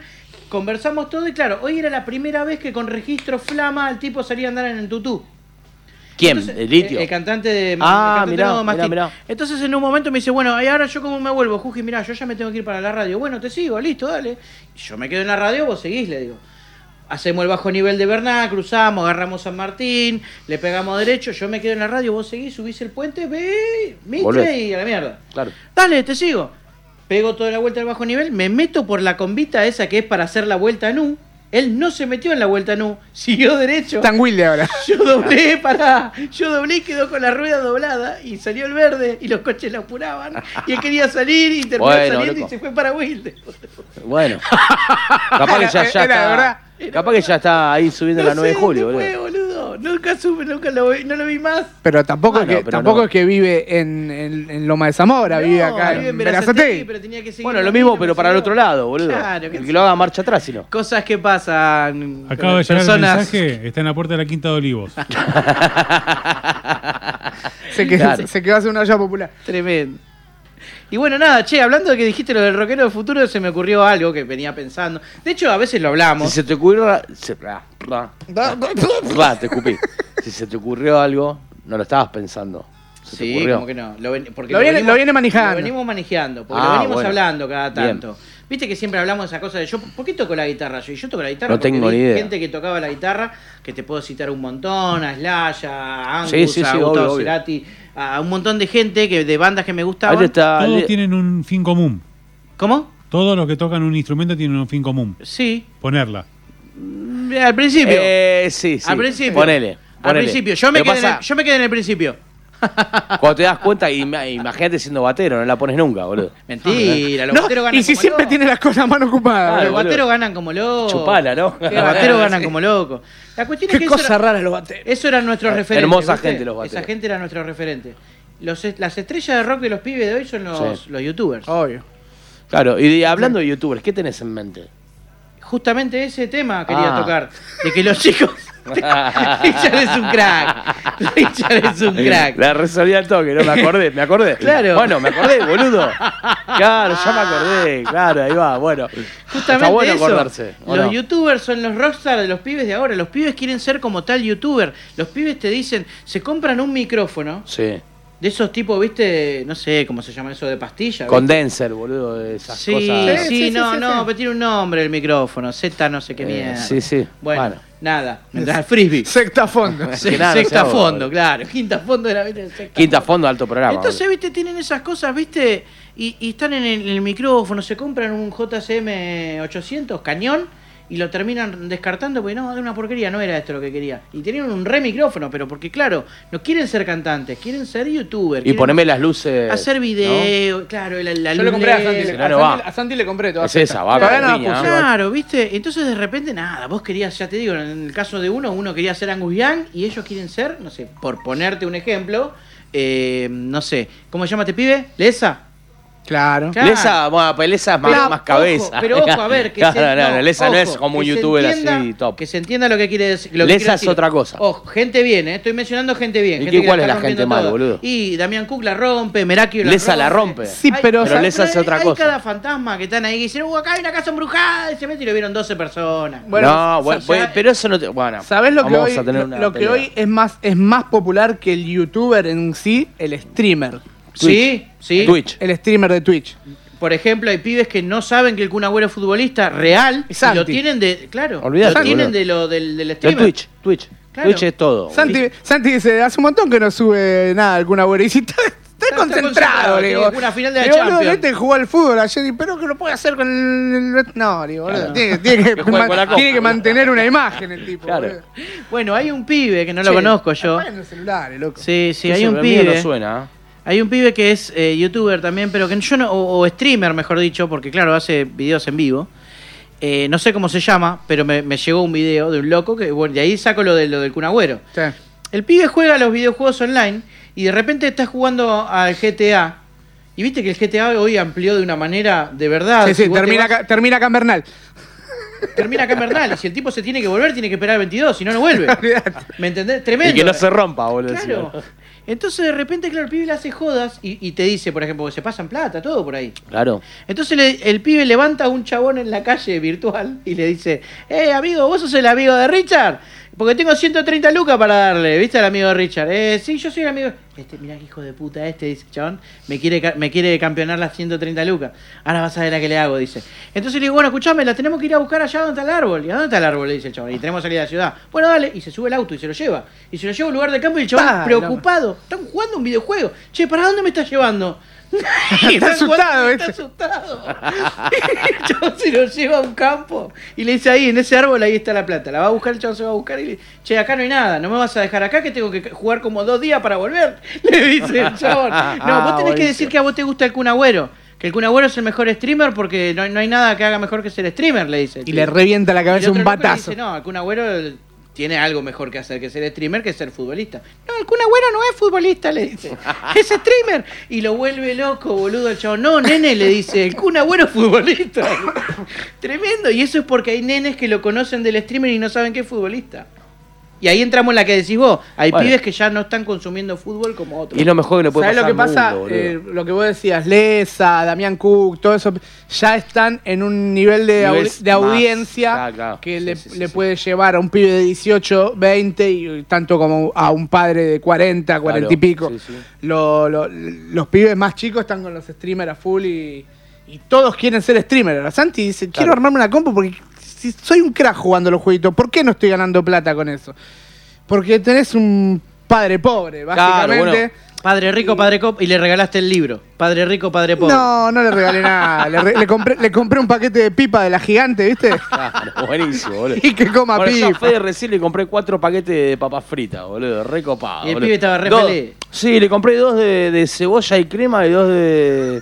Speaker 3: conversamos todo y claro, hoy era la primera vez que con registro flama el tipo salía a andar en el tutú.
Speaker 1: ¿Quién?
Speaker 3: Entonces, eh,
Speaker 1: ¿El litio?
Speaker 3: El, cantante
Speaker 1: Ah,
Speaker 3: de el cantante
Speaker 1: mirá,
Speaker 3: nuevo de Mastín.
Speaker 1: mirá, mirá.
Speaker 3: Entonces en un momento me dice, bueno, y ahora yo cómo me vuelvo, Juji, mirá, yo ya me tengo que ir para la radio. Bueno, te sigo, listo, dale. Y yo me quedo en la radio, vos seguís, le digo. Hacemos el bajo nivel de Berná, cruzamos, agarramos San Martín, le pegamos derecho, yo me quedo en la radio, vos seguís, subís el puente, ve,
Speaker 1: Volvés.
Speaker 3: mitre y a la mierda.
Speaker 1: Claro.
Speaker 3: Dale, te sigo. Pego toda la vuelta al bajo nivel, me meto por la combita esa que es para hacer la vuelta en U. Él no se metió en la vuelta en U, siguió derecho.
Speaker 2: Tan Wilde ahora.
Speaker 3: Yo doblé, pará. Yo doblé y quedó con la rueda doblada y salió el verde y los coches lo apuraban. Y él quería salir y terminó
Speaker 1: Bueno,
Speaker 3: saliendo
Speaker 1: loco.
Speaker 3: y se fue para Wilde.
Speaker 1: Bueno. Capaz que ya, ya
Speaker 2: Era- era de verdad.
Speaker 1: está. Capaz que ya está ahí subiendo la 9 de
Speaker 3: sé
Speaker 1: julio,
Speaker 3: dónde fue,
Speaker 1: boludo.
Speaker 3: boludo. Nunca supe, nunca lo vi, no lo vi más.
Speaker 2: Pero tampoco,
Speaker 1: Ah,
Speaker 2: es, que,
Speaker 1: no, pero
Speaker 2: tampoco
Speaker 1: no.
Speaker 2: es que vive en, en- en Loma de Zamora, vive
Speaker 3: No,
Speaker 2: acá
Speaker 3: vive
Speaker 2: en
Speaker 3: Berazategui,
Speaker 2: Berazategui.
Speaker 3: pero tenía que seguir
Speaker 1: Bueno, lo
Speaker 3: el
Speaker 1: mismo,
Speaker 3: camino,
Speaker 1: pero
Speaker 3: qué
Speaker 1: para
Speaker 3: sé
Speaker 1: el
Speaker 3: yo.
Speaker 1: otro lado, boludo.
Speaker 3: Claro, qué
Speaker 1: el
Speaker 3: sé
Speaker 1: que lo
Speaker 3: yo.
Speaker 1: haga marcha atrás, si no.
Speaker 3: Cosas que pasan.
Speaker 7: Acaba
Speaker 3: con
Speaker 7: de llegar
Speaker 3: personas.
Speaker 7: el mensaje, está en la puerta de la Quinta de Olivos.
Speaker 2: Se quedó,
Speaker 1: Claro.
Speaker 2: se quedó a hacer una olla popular.
Speaker 3: Tremendo. Y bueno, nada, che, hablando de que dijiste lo del rockero del futuro, se me ocurrió algo que venía pensando. De hecho, a veces lo
Speaker 1: Si
Speaker 3: hablamos.
Speaker 1: se te ocurrió. se- ah, ah, ah, te escupí. Si se te ocurrió algo, no lo estabas pensando. Se te
Speaker 3: Sí,
Speaker 1: ocurrió.
Speaker 3: como que no. Lo, ven- porque
Speaker 2: Lo viene- lo viene manejando.
Speaker 3: Lo venimos manejando, porque
Speaker 1: Ah,
Speaker 3: lo venimos
Speaker 1: bueno.
Speaker 3: hablando cada
Speaker 1: Bien.
Speaker 3: tanto. Viste que siempre hablamos de esa cosa de yo, ¿por qué toco la guitarra yo? Y yo toco la guitarra
Speaker 1: No
Speaker 3: porque
Speaker 1: tengo
Speaker 3: vi
Speaker 1: ni idea.
Speaker 3: gente que tocaba la guitarra, que te puedo citar un montón, a Slash, a Angus,
Speaker 1: Sí, sí,
Speaker 3: a
Speaker 1: sí,
Speaker 3: Gustavo
Speaker 1: obvio, obvio.
Speaker 3: Cerati, a un montón de gente que, de bandas que me gustaban.
Speaker 1: Ahí está.
Speaker 7: Todos
Speaker 1: le-
Speaker 7: tienen un fin común.
Speaker 3: ¿Cómo?
Speaker 7: Todos los que tocan un instrumento tienen un fin común.
Speaker 3: Sí.
Speaker 7: Ponerla.
Speaker 3: Mm, Al principio.
Speaker 1: Eh, sí, sí.
Speaker 3: al principio.
Speaker 1: Ponele.
Speaker 3: Al
Speaker 1: ponele.
Speaker 3: principio. Yo me,
Speaker 1: Lo que
Speaker 3: quedé en el,
Speaker 1: pasa,
Speaker 3: yo me quedé en el principio.
Speaker 1: Cuando te das cuenta, ima- imagínate siendo batero, no la pones nunca, boludo.
Speaker 3: Mentira, los
Speaker 2: No,
Speaker 3: bateros ganan
Speaker 2: y si
Speaker 3: como
Speaker 2: siempre
Speaker 3: locos.
Speaker 2: tiene las cosas más ocupadas.
Speaker 1: Claro,
Speaker 3: los
Speaker 1: boludo.
Speaker 3: bateros ganan como locos.
Speaker 1: Chupala, ¿no?
Speaker 3: Los bateros ganan como locos. La cuestión es
Speaker 2: Qué
Speaker 3: que
Speaker 2: cosa
Speaker 3: eso, era-
Speaker 2: rara los bateros.
Speaker 3: eso eran nuestros
Speaker 1: Eh,
Speaker 3: referentes.
Speaker 1: hermosa
Speaker 3: ¿viste?
Speaker 1: gente los bateros.
Speaker 3: Esa gente era nuestro referente. Los, est- las estrellas de rock de los pibes de hoy son los,
Speaker 1: Sí.
Speaker 3: los youtubers.
Speaker 2: Obvio.
Speaker 1: Claro, y de- hablando de youtubers, ¿qué tenés en mente?
Speaker 3: Justamente ese tema quería
Speaker 1: Ah.
Speaker 3: tocar. De que los chicos. Richard es un crack. Richard es un
Speaker 1: Eh,
Speaker 3: crack.
Speaker 1: La resolví al toque, no me acordé, me acordé.
Speaker 3: Claro.
Speaker 1: Bueno, me acordé, boludo. Claro, ya me acordé, claro, ahí va, bueno.
Speaker 3: Justamente
Speaker 1: Está bueno
Speaker 3: eso.
Speaker 1: acordarse. ¿o
Speaker 3: Los
Speaker 1: no?
Speaker 3: youtubers son los rockstars de los pibes de ahora. Los pibes quieren ser como tal youtuber. Los pibes te dicen, se compran un micrófono
Speaker 1: Sí.
Speaker 3: De esos tipos, viste, no sé cómo se llama eso de pastilla. ¿viste?
Speaker 1: Condenser, boludo, de esas
Speaker 3: sí,
Speaker 1: cosas.
Speaker 3: Sí,
Speaker 2: Sí, sí,
Speaker 3: no,
Speaker 2: sí,
Speaker 3: no,
Speaker 2: sí.
Speaker 3: pero tiene un nombre el micrófono. Z no sé qué
Speaker 1: Eh,
Speaker 3: mierda.
Speaker 1: sí, sí,
Speaker 3: Bueno,
Speaker 1: bueno.
Speaker 3: nada. Mientras al frisbee.
Speaker 2: Secta a fondo.
Speaker 1: Es que
Speaker 3: Se-
Speaker 1: nada, no se
Speaker 3: sexta
Speaker 1: hago,
Speaker 3: fondo,
Speaker 1: boludo.
Speaker 3: claro. Quinta fondo era ¿viste? sexta
Speaker 1: Quinta fondo, alto programa.
Speaker 3: Entonces,
Speaker 1: boludo.
Speaker 3: viste, tienen esas cosas, viste, y, y están en el, en el micrófono, se compran un JCM 800 cañón y lo terminan descartando porque no, era una porquería, no era esto lo que quería. Y tenían un re micrófono, pero porque claro, no quieren ser cantantes, quieren ser youtubers.
Speaker 1: y
Speaker 3: quieren
Speaker 1: poneme las luces.
Speaker 3: eh, hacer
Speaker 1: ¿no?
Speaker 3: video, claro, la, la
Speaker 2: Yo lo
Speaker 3: luz
Speaker 2: compré a
Speaker 3: LED.
Speaker 2: Santi. le-
Speaker 1: Si
Speaker 2: a,
Speaker 1: no, no
Speaker 2: Santi
Speaker 1: va.
Speaker 2: a Santi le compré toda
Speaker 1: Es esa, va
Speaker 2: Todavía no
Speaker 1: con
Speaker 2: la
Speaker 1: piña,
Speaker 2: puse.
Speaker 1: ¿no?
Speaker 3: Claro, viste, entonces de repente nada, vos querías, ya te digo, en el caso de uno, uno quería ser Angus Young y ellos quieren ser, no sé, por ponerte un ejemplo, eh, no sé, ¿cómo se llama este pibe? ¿Lesa?
Speaker 2: Claro.
Speaker 3: Claro.
Speaker 1: Lesa, bueno, pues Lesa es más,
Speaker 3: Pero,
Speaker 1: más cabeza.
Speaker 3: ojo, pero ojo, a ver, que
Speaker 1: Claro,
Speaker 3: se,
Speaker 1: no, no, Lesa no
Speaker 3: ojo,
Speaker 1: es como un
Speaker 3: que se
Speaker 1: youtuber
Speaker 3: entienda-
Speaker 1: así top.
Speaker 3: Que se entienda lo que quiere decir. lo que
Speaker 1: Lesa
Speaker 3: quiero
Speaker 1: es
Speaker 3: decir.
Speaker 1: otra cosa.
Speaker 3: Ojo, gente bien, ¿eh? estoy mencionando gente bien.
Speaker 1: ¿Y
Speaker 3: gente
Speaker 1: qué-
Speaker 3: que
Speaker 1: cuál es
Speaker 3: está
Speaker 1: la gente
Speaker 3: rompiendo
Speaker 1: mal,
Speaker 3: todo.
Speaker 1: boludo?
Speaker 3: Y Damián Cook la rompe, Meraki la
Speaker 1: Lesa
Speaker 3: rompe.
Speaker 1: la rompe.
Speaker 2: Sí, pero-
Speaker 1: Pero Lesa hace otra cosa.
Speaker 3: Hay cada fantasma que están ahí que dicen, uh, acá hay una casa embrujada, y se mete y lo vieron 12 personas.
Speaker 2: Bueno,
Speaker 1: no,
Speaker 2: o
Speaker 1: bueno,
Speaker 2: sea,
Speaker 1: bueno, pero eso no te. Bueno,
Speaker 2: ¿Sabés lo que
Speaker 1: vamos
Speaker 2: hoy,
Speaker 1: a tener
Speaker 2: lo,
Speaker 1: una
Speaker 2: lo que
Speaker 1: pelea.
Speaker 2: hoy es más es más popular que el youtuber en sí, el streamer?
Speaker 3: Sí, sí.
Speaker 1: Twitch.
Speaker 2: El streamer de Twitch.
Speaker 3: Por ejemplo, hay pibes que no saben que el Kun Agüero es futbolista real y
Speaker 2: Santi.
Speaker 3: lo tienen de, claro,
Speaker 1: Olvídate,
Speaker 3: lo tienen
Speaker 1: boludo.
Speaker 3: de lo del, del
Speaker 1: El
Speaker 3: streamer.
Speaker 1: Twitch, Twitch.
Speaker 3: Claro.
Speaker 1: Twitch es todo.
Speaker 2: Santi, Santi dice, hace un montón que no sube nada alguna abuelo. Y si está, está
Speaker 3: Está
Speaker 2: concentrado,
Speaker 3: concentrado,
Speaker 2: le
Speaker 3: tiene
Speaker 2: digo.
Speaker 3: una final de la
Speaker 2: Le digo, boludo,
Speaker 3: Champions.
Speaker 2: vete, jugó al fútbol ayer, y pero que lo puede hacer con el... el- No, le digo, boludo, tiene, tiene que,
Speaker 1: Que juegue
Speaker 2: man-
Speaker 1: con la copa,
Speaker 2: tiene que
Speaker 1: boludo.
Speaker 2: mantener una imagen el tipo.
Speaker 1: Claro.
Speaker 2: boludo.
Speaker 3: Bueno, hay un pibe que no lo
Speaker 2: Che,
Speaker 3: conozco yo.
Speaker 2: apaguen los celulares, loco.
Speaker 3: Sí, sí,
Speaker 1: Eso
Speaker 3: hay un
Speaker 1: a mí no
Speaker 3: pibe.
Speaker 1: suena. ¿eh?
Speaker 3: Hay un pibe que es eh, youtuber también, pero que yo no, o, o streamer, mejor dicho, porque claro, hace videos en vivo. Eh, no sé cómo se llama, pero me, me llegó un video de un loco que, bueno, de ahí saco lo, de, lo del cunagüero.
Speaker 2: Sí.
Speaker 3: El pibe juega los videojuegos online y de repente está jugando al GTA. Y viste que el GTA hoy amplió de una manera de verdad.
Speaker 2: Sí, sí,
Speaker 3: Si vos te
Speaker 2: termina,
Speaker 3: vas-
Speaker 2: acá, termina acá en Bernal.
Speaker 3: termina acá en Bernal. Y si el tipo se tiene que volver, tiene que esperar el 22, si no, no vuelve. ¿Me entendés? Tremendo.
Speaker 1: Y que no se rompa, boludo.
Speaker 3: Claro.
Speaker 1: encima.
Speaker 3: Entonces de repente, claro, el pibe le hace jodas y, y te dice, por ejemplo, que se pasan plata, todo por ahí.
Speaker 1: Claro.
Speaker 3: Entonces le- el pibe levanta a un chabón en la calle virtual y le dice, eh, amigo, vos sos el amigo de Richard. Porque tengo 130 lucas para darle, ¿viste? Al amigo de Richard. Eh, sí, yo soy el amigo. Este, mirá qué hijo de puta este, dice, chabón. Me quiere, ca- me quiere campeonar las 130 lucas. Ahora vas a ver a qué le hago, dice. Entonces le digo, bueno, escuchame, la tenemos que ir a buscar allá donde está el árbol. ¿Y a dónde está el árbol? Le dice el chabón. Y tenemos salida de la ciudad. Bueno, dale. Y se sube el auto y se lo lleva. Y se lo lleva a un lugar de campo y el chabón
Speaker 2: Pa,
Speaker 3: preocupado. Están jugando un videojuego. Che, ¿para dónde me estás llevando?
Speaker 2: Está asustado,
Speaker 3: Está
Speaker 2: ¿viste?
Speaker 3: asustado. el chabón se lo lleva a un campo y le dice ahí, en ese árbol ahí está la plata. La va a buscar, el chabón se va a buscar y le dice, che, acá no hay nada, no me vas a dejar acá que tengo que jugar como dos días para volver. Le dice el chabón. No,
Speaker 2: Ah,
Speaker 3: vos tenés que
Speaker 1: Buenísimo.
Speaker 3: decir que a vos te gusta el Kun Agüero. Que el Kun Agüero es el mejor streamer porque no, hay- no hay nada que haga mejor que ser streamer, le dice. el
Speaker 2: Y
Speaker 3: pibe.
Speaker 2: le revienta la
Speaker 3: Y el
Speaker 2: cabeza
Speaker 3: otro
Speaker 2: un
Speaker 3: loco le
Speaker 2: batazo.
Speaker 3: Dice, no, el Kun Agüero eh, tiene algo mejor que hacer que ser streamer que ser futbolista. No, el Kun Agüero no es futbolista, le dice. Es streamer. Y lo vuelve loco, boludo, el chavo. No, nene, le dice, el Kun Agüero es futbolista. Tremendo. Y eso es porque hay nenes que lo conocen del streamer y no saben que es futbolista. Y ahí entramos en la que decís vos. Hay
Speaker 1: Bueno.
Speaker 3: pibes que ya no están consumiendo fútbol como otros.
Speaker 1: Y es lo mejor que le puede
Speaker 2: ¿Sabes
Speaker 1: pasar.
Speaker 2: lo que
Speaker 1: al
Speaker 2: pasa?
Speaker 1: mundo,
Speaker 2: Eh,
Speaker 1: boludo.
Speaker 2: lo que vos decías, Lesa, Damián Cook, todo eso, ya están en un nivel de,
Speaker 1: Nivel
Speaker 2: au- de
Speaker 1: más.
Speaker 2: audiencia
Speaker 1: Claro, claro.
Speaker 2: que
Speaker 1: Sí,
Speaker 2: le,
Speaker 1: sí, sí,
Speaker 2: le
Speaker 1: sí.
Speaker 2: puede llevar a un pibe de 18, 20 y tanto como a un padre de 40, 40 y
Speaker 1: Claro,
Speaker 2: pico.
Speaker 1: sí, sí.
Speaker 2: Lo- lo- los pibes más chicos están con los streamers a full y, y todos quieren ser streamers. Ahora Santi dice, quiero
Speaker 1: Claro.
Speaker 2: armarme una compu porque si soy un crack jugando los jueguitos, ¿por qué no estoy ganando plata con eso? Porque tenés un padre pobre,
Speaker 1: Claro,
Speaker 2: básicamente.
Speaker 1: bueno.
Speaker 3: Padre rico, padre cop. Y le regalaste el libro. Padre rico, padre pobre.
Speaker 2: No, no le regalé nada. Le, re- le compré, le compré un paquete de pipa de la gigante, ¿viste?
Speaker 1: Claro, buenísimo, boludo.
Speaker 2: Y que coma
Speaker 1: Bueno, yo a
Speaker 2: pipa.
Speaker 1: Fede recién le compré cuatro paquetes de papas fritas, boludo. Re copado.
Speaker 3: Y el
Speaker 1: boludo.
Speaker 3: pibe estaba re
Speaker 1: Dos-
Speaker 3: feliz.
Speaker 1: Sí, le compré dos de, de cebolla y crema y dos de.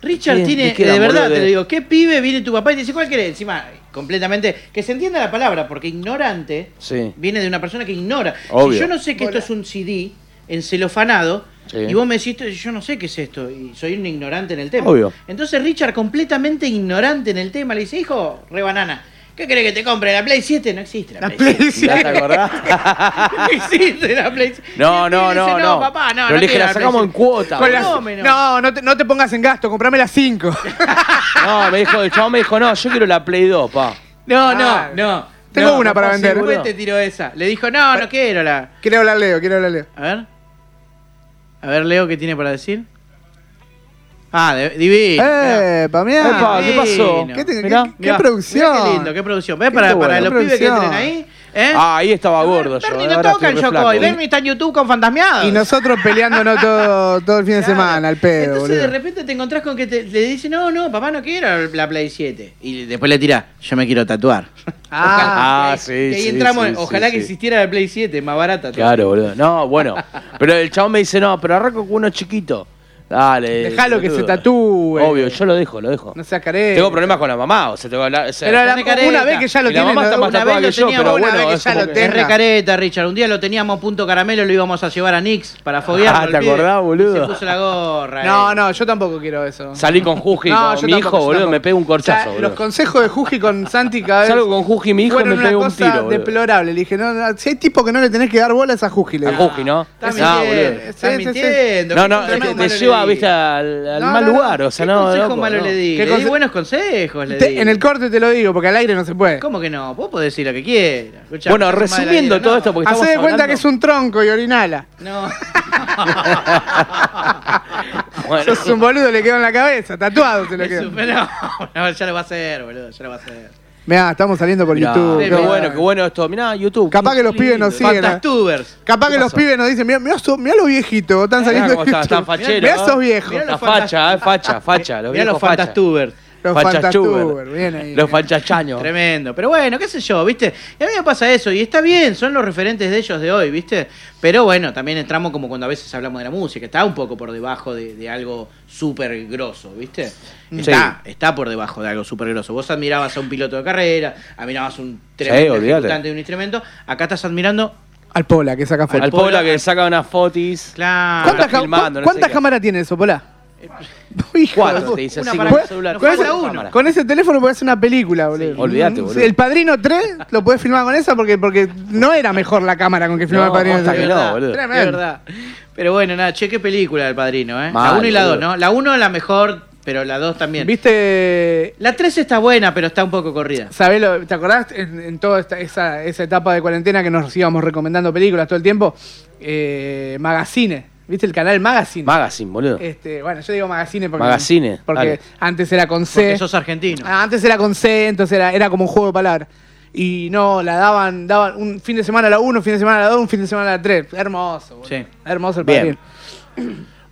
Speaker 3: Richard
Speaker 1: Bien,
Speaker 3: tiene,
Speaker 1: ¿de qué era,
Speaker 3: de verdad
Speaker 1: boludo?
Speaker 3: te lo digo, ¿qué pibe viene tu papá y te dice cuál querés? Encima, completamente, que se entienda la palabra, porque ignorante
Speaker 1: Sí.
Speaker 3: viene de una persona que ignora.
Speaker 1: Obvio.
Speaker 3: Si yo no sé que esto es un CD encelofanado,
Speaker 1: Sí.
Speaker 3: y vos me decís, esto, yo no sé qué es esto, y soy un ignorante en el tema.
Speaker 1: Obvio.
Speaker 3: Entonces Richard, completamente ignorante en el tema, le dice, hijo, re banana, ¿qué querés que te compre? ¿La Play 7? No existe la,
Speaker 2: La
Speaker 3: Play
Speaker 2: Play
Speaker 3: 7.
Speaker 1: ¿Ya te acordás?
Speaker 3: No existe la Play 7.
Speaker 1: No,
Speaker 3: Y el
Speaker 1: no,
Speaker 3: pibe
Speaker 1: no,
Speaker 3: dice,
Speaker 1: no.
Speaker 3: papá, no.
Speaker 1: Pero
Speaker 3: no
Speaker 1: le dije,
Speaker 3: quiero
Speaker 1: la
Speaker 3: Play
Speaker 1: sacamos en
Speaker 3: 7".
Speaker 1: cuota.
Speaker 2: Con la-
Speaker 1: boludo.
Speaker 3: Fenómeno.
Speaker 2: no, no te, no te pongas en gasto, comprame las 5.
Speaker 1: No, me dijo, el chabón me dijo, no, yo quiero la Play 2, pa.
Speaker 3: No,
Speaker 2: Ah,
Speaker 3: no, no.
Speaker 2: tengo
Speaker 3: No,
Speaker 2: una para
Speaker 3: capaz,
Speaker 2: vender.
Speaker 3: seguro te tiró esa. Le dijo, no, no quiero la.
Speaker 2: Quiero hablar Leo, quiero hablar Leo.
Speaker 3: A ver. A ver, Leo, ¿qué tiene para decir? Ah, de- divino. mirá. Ah,
Speaker 9: ¡Eh, pa' mía!
Speaker 1: Epa, ¿qué pasó?
Speaker 9: ¿Qué, te- qué-
Speaker 1: Mirá,
Speaker 9: qué
Speaker 1: mirá.
Speaker 9: producción?
Speaker 3: Mirá qué lindo, qué producción. ¿Ves?
Speaker 9: Qué
Speaker 3: Para,
Speaker 9: bueno.
Speaker 3: para los pibes que
Speaker 9: Producción.
Speaker 3: entren ahí. ¿eh?
Speaker 1: Ah, ahí estaba gordo yo.
Speaker 3: Bernie
Speaker 1: eh,
Speaker 3: no
Speaker 1: ahora
Speaker 3: toca el
Speaker 1: estoy re
Speaker 3: Yokoi.
Speaker 1: flaco.
Speaker 3: Bernie está en YouTube con fantasmeados.
Speaker 9: Y nosotros peleándonos todo, todo el fin de
Speaker 3: Claro.
Speaker 9: semana, al pedo,
Speaker 3: Entonces de
Speaker 9: boludo.
Speaker 3: repente te encontrás con que te, le dice, no, no, papá no quiero la Play 7. Y después le tirás, yo me quiero tatuar.
Speaker 1: Ah,
Speaker 3: Ojalá-
Speaker 1: sí,
Speaker 3: y ahí
Speaker 1: sí,
Speaker 3: entramos,
Speaker 1: sí, sí,
Speaker 3: ojalá que
Speaker 1: sí.
Speaker 3: existiera la Play 7, más barata.
Speaker 1: Claro, boludo. No, bueno. Pero el chabón me dice, no, pero arranco con uno chiquito. Dale.
Speaker 2: Dejalo que
Speaker 1: boludo.
Speaker 2: se tatúe.
Speaker 1: Obvio, yo lo dejo, lo dejo.
Speaker 2: No seas careta.
Speaker 1: Tengo problemas con la mamá, o sea, tengo que hablar. o sea,
Speaker 2: Pero la-
Speaker 3: Pone careta.
Speaker 2: una vez que ya lo
Speaker 1: Y la
Speaker 2: tienen,
Speaker 1: mamá está
Speaker 2: lo-
Speaker 1: más
Speaker 2: una
Speaker 1: tatuada
Speaker 2: vez
Speaker 1: que yo,
Speaker 2: teníamos,
Speaker 1: pero
Speaker 2: una
Speaker 1: bueno,
Speaker 2: vez
Speaker 1: es
Speaker 2: que ya
Speaker 1: como
Speaker 2: lo
Speaker 1: que-
Speaker 3: Es
Speaker 2: tenga.
Speaker 3: re careta, Richard. Un día lo teníamos punto caramelo, lo íbamos a llevar a Nix para foguearlo.
Speaker 1: Ah,
Speaker 3: al
Speaker 1: ¿te
Speaker 3: pibe.
Speaker 1: acordás, boludo?
Speaker 3: Y Se puso la gorra.
Speaker 2: No,
Speaker 3: eh.
Speaker 2: no, yo tampoco quiero eso.
Speaker 1: Salí con Juji,
Speaker 2: No, yo
Speaker 1: con mi
Speaker 2: tampoco, yo
Speaker 1: hijo, boludo,
Speaker 2: tampoco.
Speaker 1: me pega un
Speaker 2: O sea,
Speaker 1: corchazo,
Speaker 2: los
Speaker 1: boludo.
Speaker 2: consejos de Juji con Santi cada vez
Speaker 1: Salgo con Juji, mi hijo, me
Speaker 2: fueron una
Speaker 1: pega un
Speaker 2: cosa
Speaker 1: tiro, boludo.
Speaker 2: deplorable. Le dije, no, no, si hay tipo que no le tenés que dar bolas a Juji, le
Speaker 1: A
Speaker 2: dije.
Speaker 1: Juji, ¿no?
Speaker 3: Estás
Speaker 1: No,
Speaker 3: mintiendo,
Speaker 1: boludo.
Speaker 3: estás
Speaker 2: Sí, sí, sí.
Speaker 3: mintiendo.
Speaker 1: No,
Speaker 3: ¿Qué
Speaker 1: no,
Speaker 3: consejo
Speaker 1: te, te
Speaker 3: malo le
Speaker 1: lleva,
Speaker 3: di?
Speaker 1: viste, al, al
Speaker 2: No,
Speaker 1: mal
Speaker 2: no, no.
Speaker 1: lugar, o sea,
Speaker 3: ¿Qué
Speaker 1: no.
Speaker 3: consejo
Speaker 1: loco,
Speaker 3: malo
Speaker 1: no.
Speaker 3: le di?
Speaker 2: ¿Qué
Speaker 3: Le di
Speaker 2: conse-
Speaker 3: buenos consejos, le
Speaker 2: Te-
Speaker 3: di.
Speaker 2: en el corte te lo digo, porque al aire no se puede.
Speaker 3: ¿Cómo que no? Vos podés decir lo que quieras. Escuchá,
Speaker 1: Bueno,
Speaker 3: no seas mala
Speaker 1: resumiendo
Speaker 3: vida,
Speaker 1: todo
Speaker 3: no.
Speaker 1: esto, porque
Speaker 2: Hacé de
Speaker 1: estamos
Speaker 2: cuenta
Speaker 1: hablando-
Speaker 2: que es un tronco y orinala.
Speaker 3: No.
Speaker 1: Ah, Bueno.
Speaker 2: Sos un boludo, le quedó en la cabeza, tatuado se lo
Speaker 3: Es
Speaker 2: quedó.
Speaker 3: un- No, no, ya lo va a hacer, boludo. Ya lo va a hacer.
Speaker 9: Mirá, estamos saliendo por
Speaker 1: Mirá,
Speaker 9: YouTube.
Speaker 1: Qué
Speaker 9: qué
Speaker 1: bueno, qué bueno esto. Mirá, YouTube.
Speaker 9: Capaz que los
Speaker 1: Qué
Speaker 9: pibes nos
Speaker 1: lindo.
Speaker 9: siguen. eh.
Speaker 3: Fantastubers.
Speaker 9: Capaz que
Speaker 1: ¿Qué
Speaker 9: los
Speaker 1: pasó?
Speaker 9: pibes nos dicen, mirá, mirá, so- mirá los viejitos, están
Speaker 1: Mirá
Speaker 9: saliendo
Speaker 1: cómo están, están
Speaker 9: YouTube.
Speaker 1: facheros.
Speaker 9: Mirá
Speaker 1: ¿no?
Speaker 9: esos viejos.
Speaker 3: Mirá
Speaker 1: La
Speaker 3: los
Speaker 1: facha, eh, facha, facha. Los
Speaker 3: Mirá los
Speaker 1: viejos facha.
Speaker 3: fantastubers.
Speaker 9: Los
Speaker 1: Facha
Speaker 9: fantastuber,
Speaker 1: Schubert.
Speaker 9: bien ahí.
Speaker 2: eh.
Speaker 1: Los fachachaños.
Speaker 3: Tremendo. Pero bueno, qué sé yo, ¿viste? Y a mí me pasa eso, y está bien, son los referentes de ellos de hoy, ¿viste? Pero bueno, también entramos como cuando a veces hablamos de la música, está un poco por debajo de, de algo súper grosso, ¿viste?
Speaker 1: Mm.
Speaker 3: Está, está por debajo de algo súper grosso. Vos admirabas a un piloto de carrera, admirabas a un tremendo
Speaker 1: olvídate.
Speaker 3: ejecutante de un instrumento, acá estás admirando,
Speaker 9: Al Pola, que saca fotos.
Speaker 1: Al Pola que saca unas fotis.
Speaker 3: claro,
Speaker 1: ¿Cuántas
Speaker 2: ¿Cuántas, ca-
Speaker 1: Ah, filmando, no sé
Speaker 2: cuántas
Speaker 1: qué. Eh,
Speaker 2: cámaras tiene eso, Polá? Hijo de
Speaker 1: Cuatro,
Speaker 2: puta.
Speaker 1: te dice
Speaker 3: Una
Speaker 1: así
Speaker 3: para
Speaker 1: con el
Speaker 2: cada-
Speaker 1: celular.
Speaker 2: con esa
Speaker 1: Cuatro
Speaker 3: uno.
Speaker 1: cámaras.
Speaker 2: Con ese teléfono podés hacer una película, boludo.
Speaker 1: Sí, olvídate, boludo.
Speaker 2: El Padrino 3 lo podés filmar con esa porque, porque no era mejor la cámara con que filmaba
Speaker 1: No,
Speaker 2: el Padrino
Speaker 1: posta que
Speaker 2: 3.
Speaker 1: no, boludo.
Speaker 3: Es verdad. Pero bueno, nada, che, qué película del padrino, ¿eh?
Speaker 1: Mal,
Speaker 3: la 1 y la 2,
Speaker 1: boludo.
Speaker 3: ¿no? La 1 la mejor, pero la 2 también.
Speaker 2: ¿Viste?
Speaker 3: La 3 está buena, pero está un poco corrida.
Speaker 2: ¿Sabés lo- ¿Te acordás en, en toda esta- esa, esa etapa de cuarentena que nos íbamos recomendando películas todo el tiempo? Eh, magazine. ¿Viste el canal Magazine?
Speaker 1: Magazine, boludo.
Speaker 2: Este, bueno, yo digo Magazine porque.
Speaker 1: Magazine,
Speaker 2: Porque
Speaker 1: dale.
Speaker 2: antes era con C.
Speaker 3: Porque sos argentino.
Speaker 2: Ah, Antes era con C, entonces era, era como un juego de palabras. Y no, la daban, daban un fin de semana a la 1, un fin de semana a la 2, un fin de semana a la 3. Hermoso, boludo.
Speaker 3: Sí.
Speaker 2: Hermoso el
Speaker 1: Bien.
Speaker 2: padrino.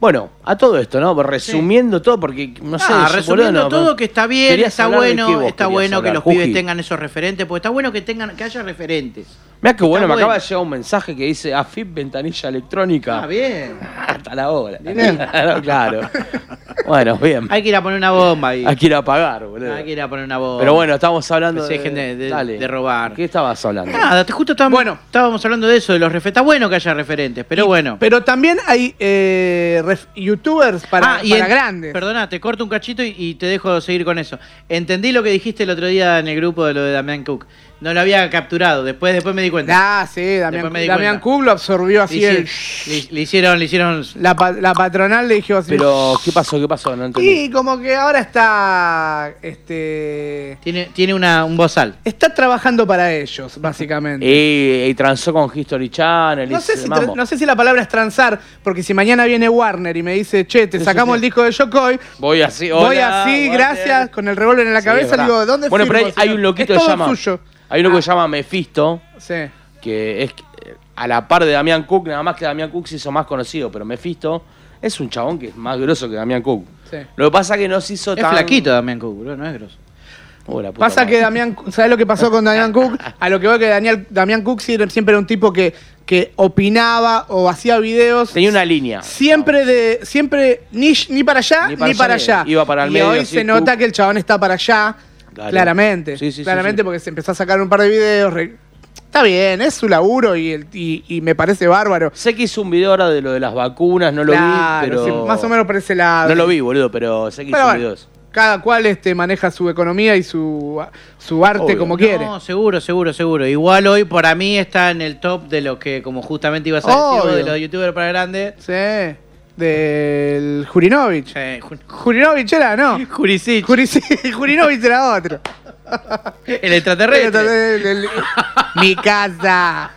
Speaker 1: Bueno, a todo esto, ¿no? Resumiendo todo, porque no sé.
Speaker 3: Ah,
Speaker 1: yo, boludo,
Speaker 3: resumiendo
Speaker 1: no- pues,
Speaker 3: todo que está bien,
Speaker 1: Querías
Speaker 3: está
Speaker 1: hablar de qué
Speaker 3: bueno,
Speaker 1: vos
Speaker 3: está
Speaker 1: querías
Speaker 3: bueno que
Speaker 1: hablar,
Speaker 3: los
Speaker 1: Juji.
Speaker 3: pibes tengan esos referentes, porque está bueno que tengan, que haya referentes.
Speaker 1: Mirá qué bueno,
Speaker 3: Está
Speaker 1: me acaba de
Speaker 3: bueno.
Speaker 1: llegar un mensaje que dice AFIP ventanilla electrónica.
Speaker 3: Ah, bien.
Speaker 1: Hasta la hora. Claro, claro. Bueno, bien.
Speaker 3: Hay que ir a poner una bomba ahí.
Speaker 1: Hay que ir a pagar, boludo.
Speaker 3: Hay que ir a poner una bomba.
Speaker 1: Pero bueno, estamos hablando
Speaker 3: Pues
Speaker 1: de,
Speaker 3: dejen de- de-
Speaker 1: Dale.
Speaker 3: de robar.
Speaker 1: ¿Qué estabas hablando?
Speaker 3: Nada, te- justo estábamos, estábamos hablando de eso, de los referentes. Está bueno que haya referentes, pero bueno.
Speaker 2: Pero también hay eh, ref- youtubers para,
Speaker 3: Ah, y
Speaker 2: para
Speaker 3: en-
Speaker 2: grandes.
Speaker 3: Perdona, te corto un cachito y, y te dejo seguir con eso. Entendí lo que dijiste el otro día en el grupo de lo de Damián Cook. No lo había capturado, después, después me di cuenta.
Speaker 2: Ah, sí, Damián,
Speaker 3: Después me di
Speaker 2: Damián
Speaker 3: cuenta.
Speaker 2: Kub lo absorbió
Speaker 3: Le
Speaker 2: así. el-
Speaker 3: hici- le- le hicieron, le hicieron
Speaker 2: la, pa- la patronal le dijo así.
Speaker 1: Pero, ¿qué pasó? ¿Qué pasó? No entendí.
Speaker 2: y como que ahora está. Este.
Speaker 3: Tiene, tiene una, un bozal.
Speaker 2: Está trabajando para ellos, básicamente.
Speaker 1: Y, y transó con History Channel. y
Speaker 2: No sé,
Speaker 1: se-
Speaker 2: si tra-
Speaker 1: mambo.
Speaker 2: no sé si la palabra es transar, porque si mañana viene Warner y me dice, che, te
Speaker 1: Sí, sí,
Speaker 2: sacamos
Speaker 1: sí.
Speaker 2: el disco de Yokoi,
Speaker 1: Voy así,
Speaker 2: voy
Speaker 1: hola,
Speaker 2: así,
Speaker 1: Walter.
Speaker 2: gracias, con el revólver en la
Speaker 1: Sí, es
Speaker 2: cabeza,
Speaker 1: verdad.
Speaker 2: digo, ¿dónde
Speaker 1: Bueno, pero
Speaker 2: firmo,
Speaker 1: hay, hay
Speaker 2: señor?
Speaker 1: un loquito
Speaker 2: es
Speaker 1: que
Speaker 2: todo
Speaker 1: llama.
Speaker 2: suyo.
Speaker 1: Hay un loco que
Speaker 2: Ah.
Speaker 1: se llama Mephisto,
Speaker 2: Sí.
Speaker 1: que es eh, a la par de Damián Cook, nada más que Damián Cook se hizo más conocido, pero Mephisto es un chabón que es más grosso que Damián Cook.
Speaker 2: Sí.
Speaker 1: Lo que pasa que no se hizo
Speaker 3: Es
Speaker 1: tan.
Speaker 3: flaquito Damián Cook, boludo, no es grosso.
Speaker 1: Oh, la puta
Speaker 2: Pasa
Speaker 1: madre.
Speaker 2: que Damián, ¿sabes lo que pasó con Damián Cook? A lo que voy que Daniel, Damián Cook siempre siempre era un tipo que, que opinaba o hacía videos.
Speaker 1: Tenía una línea.
Speaker 2: Siempre de. Siempre ni, ni para allá ni para, allá.
Speaker 1: Iba para el
Speaker 2: y
Speaker 1: medio,
Speaker 2: hoy
Speaker 1: así,
Speaker 2: se
Speaker 1: tú.
Speaker 2: nota que el chabón está para allá.
Speaker 1: Claro.
Speaker 2: Claramente.
Speaker 1: Sí, sí, sí,
Speaker 2: claramente,
Speaker 1: sí.
Speaker 2: porque se empezó a sacar un par de videos. re- Está bien, es su laburo y, el- y, y me parece bárbaro.
Speaker 1: Sé que hizo un video ahora de lo de las vacunas, no lo
Speaker 2: Claro,
Speaker 1: vi, pero.
Speaker 2: sí, más o menos por ese lado.
Speaker 1: No lo vi, boludo, pero sé que
Speaker 2: Pero
Speaker 1: hizo
Speaker 2: bueno,
Speaker 1: videos.
Speaker 2: cada cual este, maneja su economía y su, su arte
Speaker 1: Obvio.
Speaker 2: como
Speaker 1: No,
Speaker 2: quiere.
Speaker 3: No, seguro, seguro, seguro. Igual hoy para mí está en el top de lo que, como justamente ibas a decir, vos,
Speaker 2: Obvio.
Speaker 3: de los youtubers para grandes.
Speaker 2: Sí. Del Jurinovich.
Speaker 3: Eh, Ju-
Speaker 2: Jurinovich era, ¿no?
Speaker 3: Jurisic,
Speaker 2: Jurisi- Jurinovich era otro.
Speaker 3: el extraterrestre.
Speaker 2: Mi casa.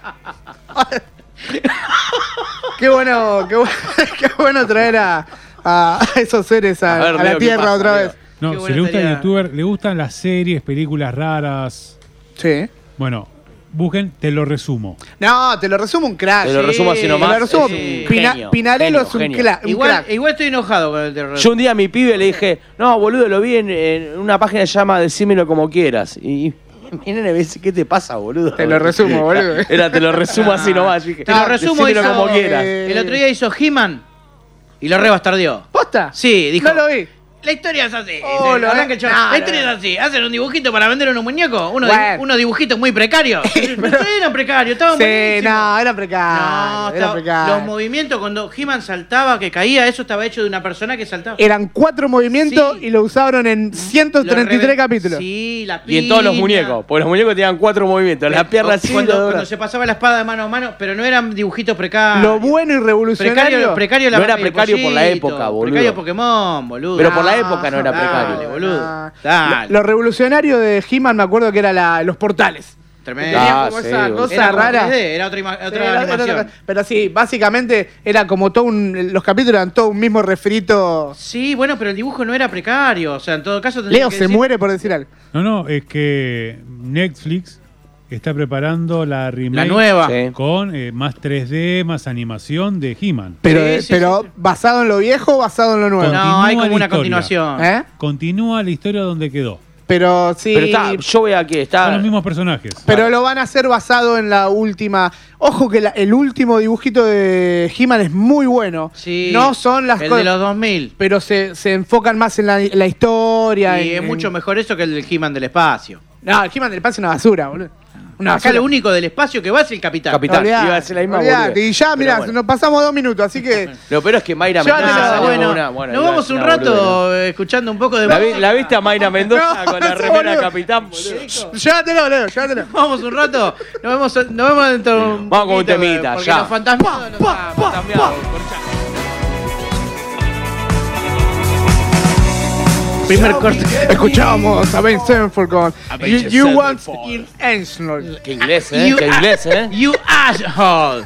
Speaker 2: Qué bueno, qué bueno, qué bueno traer a, a esos seres a,
Speaker 1: A ver,
Speaker 2: a la
Speaker 1: Leo, ¿qué
Speaker 2: tierra
Speaker 1: pasa,
Speaker 2: otra
Speaker 1: Leo?
Speaker 2: vez.
Speaker 3: Qué
Speaker 7: No, si
Speaker 3: buena
Speaker 7: le gusta el
Speaker 3: estaría.
Speaker 7: youtuber, le gustan las series, películas raras.
Speaker 2: Sí.
Speaker 7: Bueno, busquen, te lo resumo.
Speaker 2: No, te lo resumo un crack.
Speaker 1: Te lo resumo así nomás.
Speaker 2: Ah, Te lo resumo.
Speaker 1: Es un
Speaker 2: Pina-
Speaker 1: genio,
Speaker 2: Pinarello
Speaker 1: genio,
Speaker 2: es un,
Speaker 1: genio.
Speaker 2: cla- un
Speaker 3: Igual,
Speaker 2: crack.
Speaker 3: igual estoy enojado con el terror.
Speaker 1: Yo un día a mi pibe le dije, no, boludo, lo vi en, en una página que se llama Decímelo como quieras. Y mi nene me dice, ¿qué te pasa, boludo?
Speaker 2: Te lo resumo, boludo.
Speaker 1: Era, te lo resumo así nomás. Yo dije,
Speaker 3: Te lo resumo
Speaker 1: "Decímelo
Speaker 3: hizo-
Speaker 1: como quieras.
Speaker 2: Ah. eh,
Speaker 3: El otro día hizo He-Man y lo rebastardeó.
Speaker 2: ¿Posta?
Speaker 3: Sí, dijo.
Speaker 2: No lo vi.
Speaker 3: La historia es así.
Speaker 2: Oh,
Speaker 3: dice,
Speaker 2: lo
Speaker 3: arranca
Speaker 2: ve-
Speaker 3: el chabón.
Speaker 2: no,
Speaker 3: la
Speaker 2: no,
Speaker 3: historia
Speaker 2: no.
Speaker 3: es así. Hacen un dibujito para vender unos muñecos. Unos, dibu-
Speaker 2: Bueno.
Speaker 3: unos dibujitos muy precarios. no eran precarios, estaban
Speaker 2: Sí,
Speaker 3: buenísimos.
Speaker 2: no, era precario.
Speaker 3: No,
Speaker 2: era
Speaker 3: estaba-
Speaker 2: precario.
Speaker 3: los movimientos cuando He-Man saltaba, que caía, eso estaba hecho de una persona que saltaba.
Speaker 2: Eran cuatro movimientos
Speaker 3: Sí.
Speaker 2: y lo usaron en
Speaker 3: Lo
Speaker 2: 133
Speaker 3: reven-
Speaker 2: capítulos.
Speaker 3: Sí, la
Speaker 1: Y en todos los
Speaker 3: piña.
Speaker 1: muñecos, porque los muñecos tenían cuatro movimientos. Las piernas así,
Speaker 3: cuando,
Speaker 1: los
Speaker 3: cuando
Speaker 1: brazos.
Speaker 3: se pasaba la espada de mano a mano, pero no eran dibujitos precarios.
Speaker 2: Lo bueno y
Speaker 3: precario,
Speaker 2: revolucionario.
Speaker 3: precario la
Speaker 1: No era
Speaker 3: el
Speaker 1: precario por la
Speaker 3: pollito,
Speaker 1: época, boludo.
Speaker 3: Precario Pokémon, boludo. Ah,
Speaker 1: Pero por
Speaker 2: Ah,
Speaker 1: la época no era
Speaker 2: no,
Speaker 3: Dale,
Speaker 1: precario.
Speaker 3: boludo.
Speaker 2: no.
Speaker 3: Dale.
Speaker 2: Lo revolucionario de He-Man me acuerdo que era la- los portales.
Speaker 3: Tremendo.
Speaker 2: Tenía
Speaker 1: Ah,
Speaker 2: como
Speaker 1: sí,
Speaker 2: esa
Speaker 1: boludo.
Speaker 2: cosa
Speaker 3: Era como
Speaker 2: rara.
Speaker 3: 3D, era otra, ima- otra
Speaker 2: Era- era
Speaker 3: animación.
Speaker 2: otra cosa. pero sí, básicamente era como todo un. Los capítulos eran todo un mismo refrito.
Speaker 3: Sí, bueno, pero el dibujo no era precario. O sea, en todo caso tendría
Speaker 2: Leo
Speaker 3: que
Speaker 2: se
Speaker 3: decir-
Speaker 2: muere por decir algo.
Speaker 7: No, no, es que Netflix está preparando la remake
Speaker 3: La nueva.
Speaker 1: Sí.
Speaker 7: con eh, más 3D, más animación de He-Man.
Speaker 2: Pero, eh,
Speaker 3: Sí, sí,
Speaker 2: pero
Speaker 3: sí, sí.
Speaker 2: basado en lo viejo o basado en lo nuevo.
Speaker 3: No, hay
Speaker 7: Continúa
Speaker 3: como
Speaker 7: la
Speaker 3: una
Speaker 7: historia.
Speaker 3: continuación.
Speaker 2: ¿Eh?
Speaker 7: Continúa la historia donde quedó.
Speaker 2: Pero sí.
Speaker 1: Pero está, yo veo aquí,
Speaker 7: Son
Speaker 1: está.
Speaker 7: los mismos personajes.
Speaker 2: Pero lo van a hacer basado en la última. Ojo que la- el último dibujito de He-Man es muy bueno.
Speaker 3: Sí.
Speaker 2: No son las
Speaker 3: El
Speaker 2: cosas.
Speaker 3: de los 2000.
Speaker 2: Pero se, se enfocan más en la, en la historia.
Speaker 3: Y
Speaker 2: en-
Speaker 3: es
Speaker 2: en-
Speaker 3: mucho mejor eso que el del He-Man del espacio.
Speaker 2: No, el He-Man del espacio es una basura, boludo. Una
Speaker 3: Acá
Speaker 2: basura.
Speaker 3: lo único del espacio que va es el capitán.
Speaker 1: Capitán,
Speaker 2: Olvidate,
Speaker 1: iba a decir la misma
Speaker 2: olvidate.
Speaker 1: boludez.
Speaker 2: Y ya,
Speaker 1: Pero
Speaker 2: mirá,
Speaker 1: bueno.
Speaker 2: nos pasamos dos minutos, así que.
Speaker 1: Lo peor es que Mayra
Speaker 2: Ya,
Speaker 1: Mendoza
Speaker 2: no,
Speaker 3: Ah,
Speaker 1: salió con
Speaker 3: bueno,
Speaker 1: una- bueno,
Speaker 3: nos
Speaker 1: iba a
Speaker 3: vamos
Speaker 1: decir
Speaker 3: un
Speaker 1: una
Speaker 3: rato
Speaker 1: boludez.
Speaker 3: eh, escuchando un poco de
Speaker 1: ¿La, vi-
Speaker 3: música.
Speaker 1: la viste a Mayra Mendoza
Speaker 2: No,
Speaker 1: con la
Speaker 2: sí,
Speaker 1: remera
Speaker 2: boludo.
Speaker 1: capitán, boludo?
Speaker 2: Llévatelo, Leo, llévatelo.
Speaker 3: Vamos un rato. Nos vemos, nos vemos dentro de
Speaker 1: Vamos
Speaker 3: un
Speaker 1: con un
Speaker 3: poquito,
Speaker 1: temita,
Speaker 3: porque
Speaker 1: ya.
Speaker 3: los fantasmas nos
Speaker 2: Pa,
Speaker 3: han
Speaker 2: pa,
Speaker 3: fantasmeado. Primer corte.
Speaker 2: Escuchábamos a Ben Stanford con You,
Speaker 1: Ben
Speaker 2: you
Speaker 1: Stanford.
Speaker 2: Want in Ensley.
Speaker 1: Qué inglés, ¿eh? Qué inglés, ¿eh?
Speaker 3: You oh, asshole.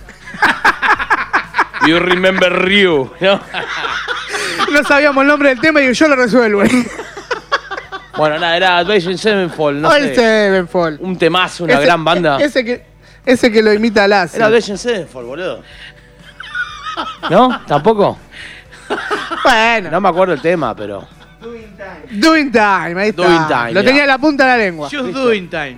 Speaker 1: You remember you. ¿no?
Speaker 2: No sabíamos el nombre del tema y yo lo resuelvo.
Speaker 1: bueno, nada, era Advation Sevenfold, no
Speaker 2: Oil
Speaker 1: sé.
Speaker 2: Sevenfold.
Speaker 1: Un temazo, una
Speaker 2: Ese-
Speaker 1: gran banda.
Speaker 2: Ese que, ese que lo imita a Lassie.
Speaker 1: Era Advation Sevenfold, boludo. ¿No? ¿Tampoco?
Speaker 2: Bueno,
Speaker 1: No me acuerdo el tema, pero...
Speaker 2: Doing Time, ahí está.
Speaker 1: Doing Time,
Speaker 2: lo
Speaker 1: mirá.
Speaker 2: tenía en la punta de la lengua.
Speaker 3: Just doing time.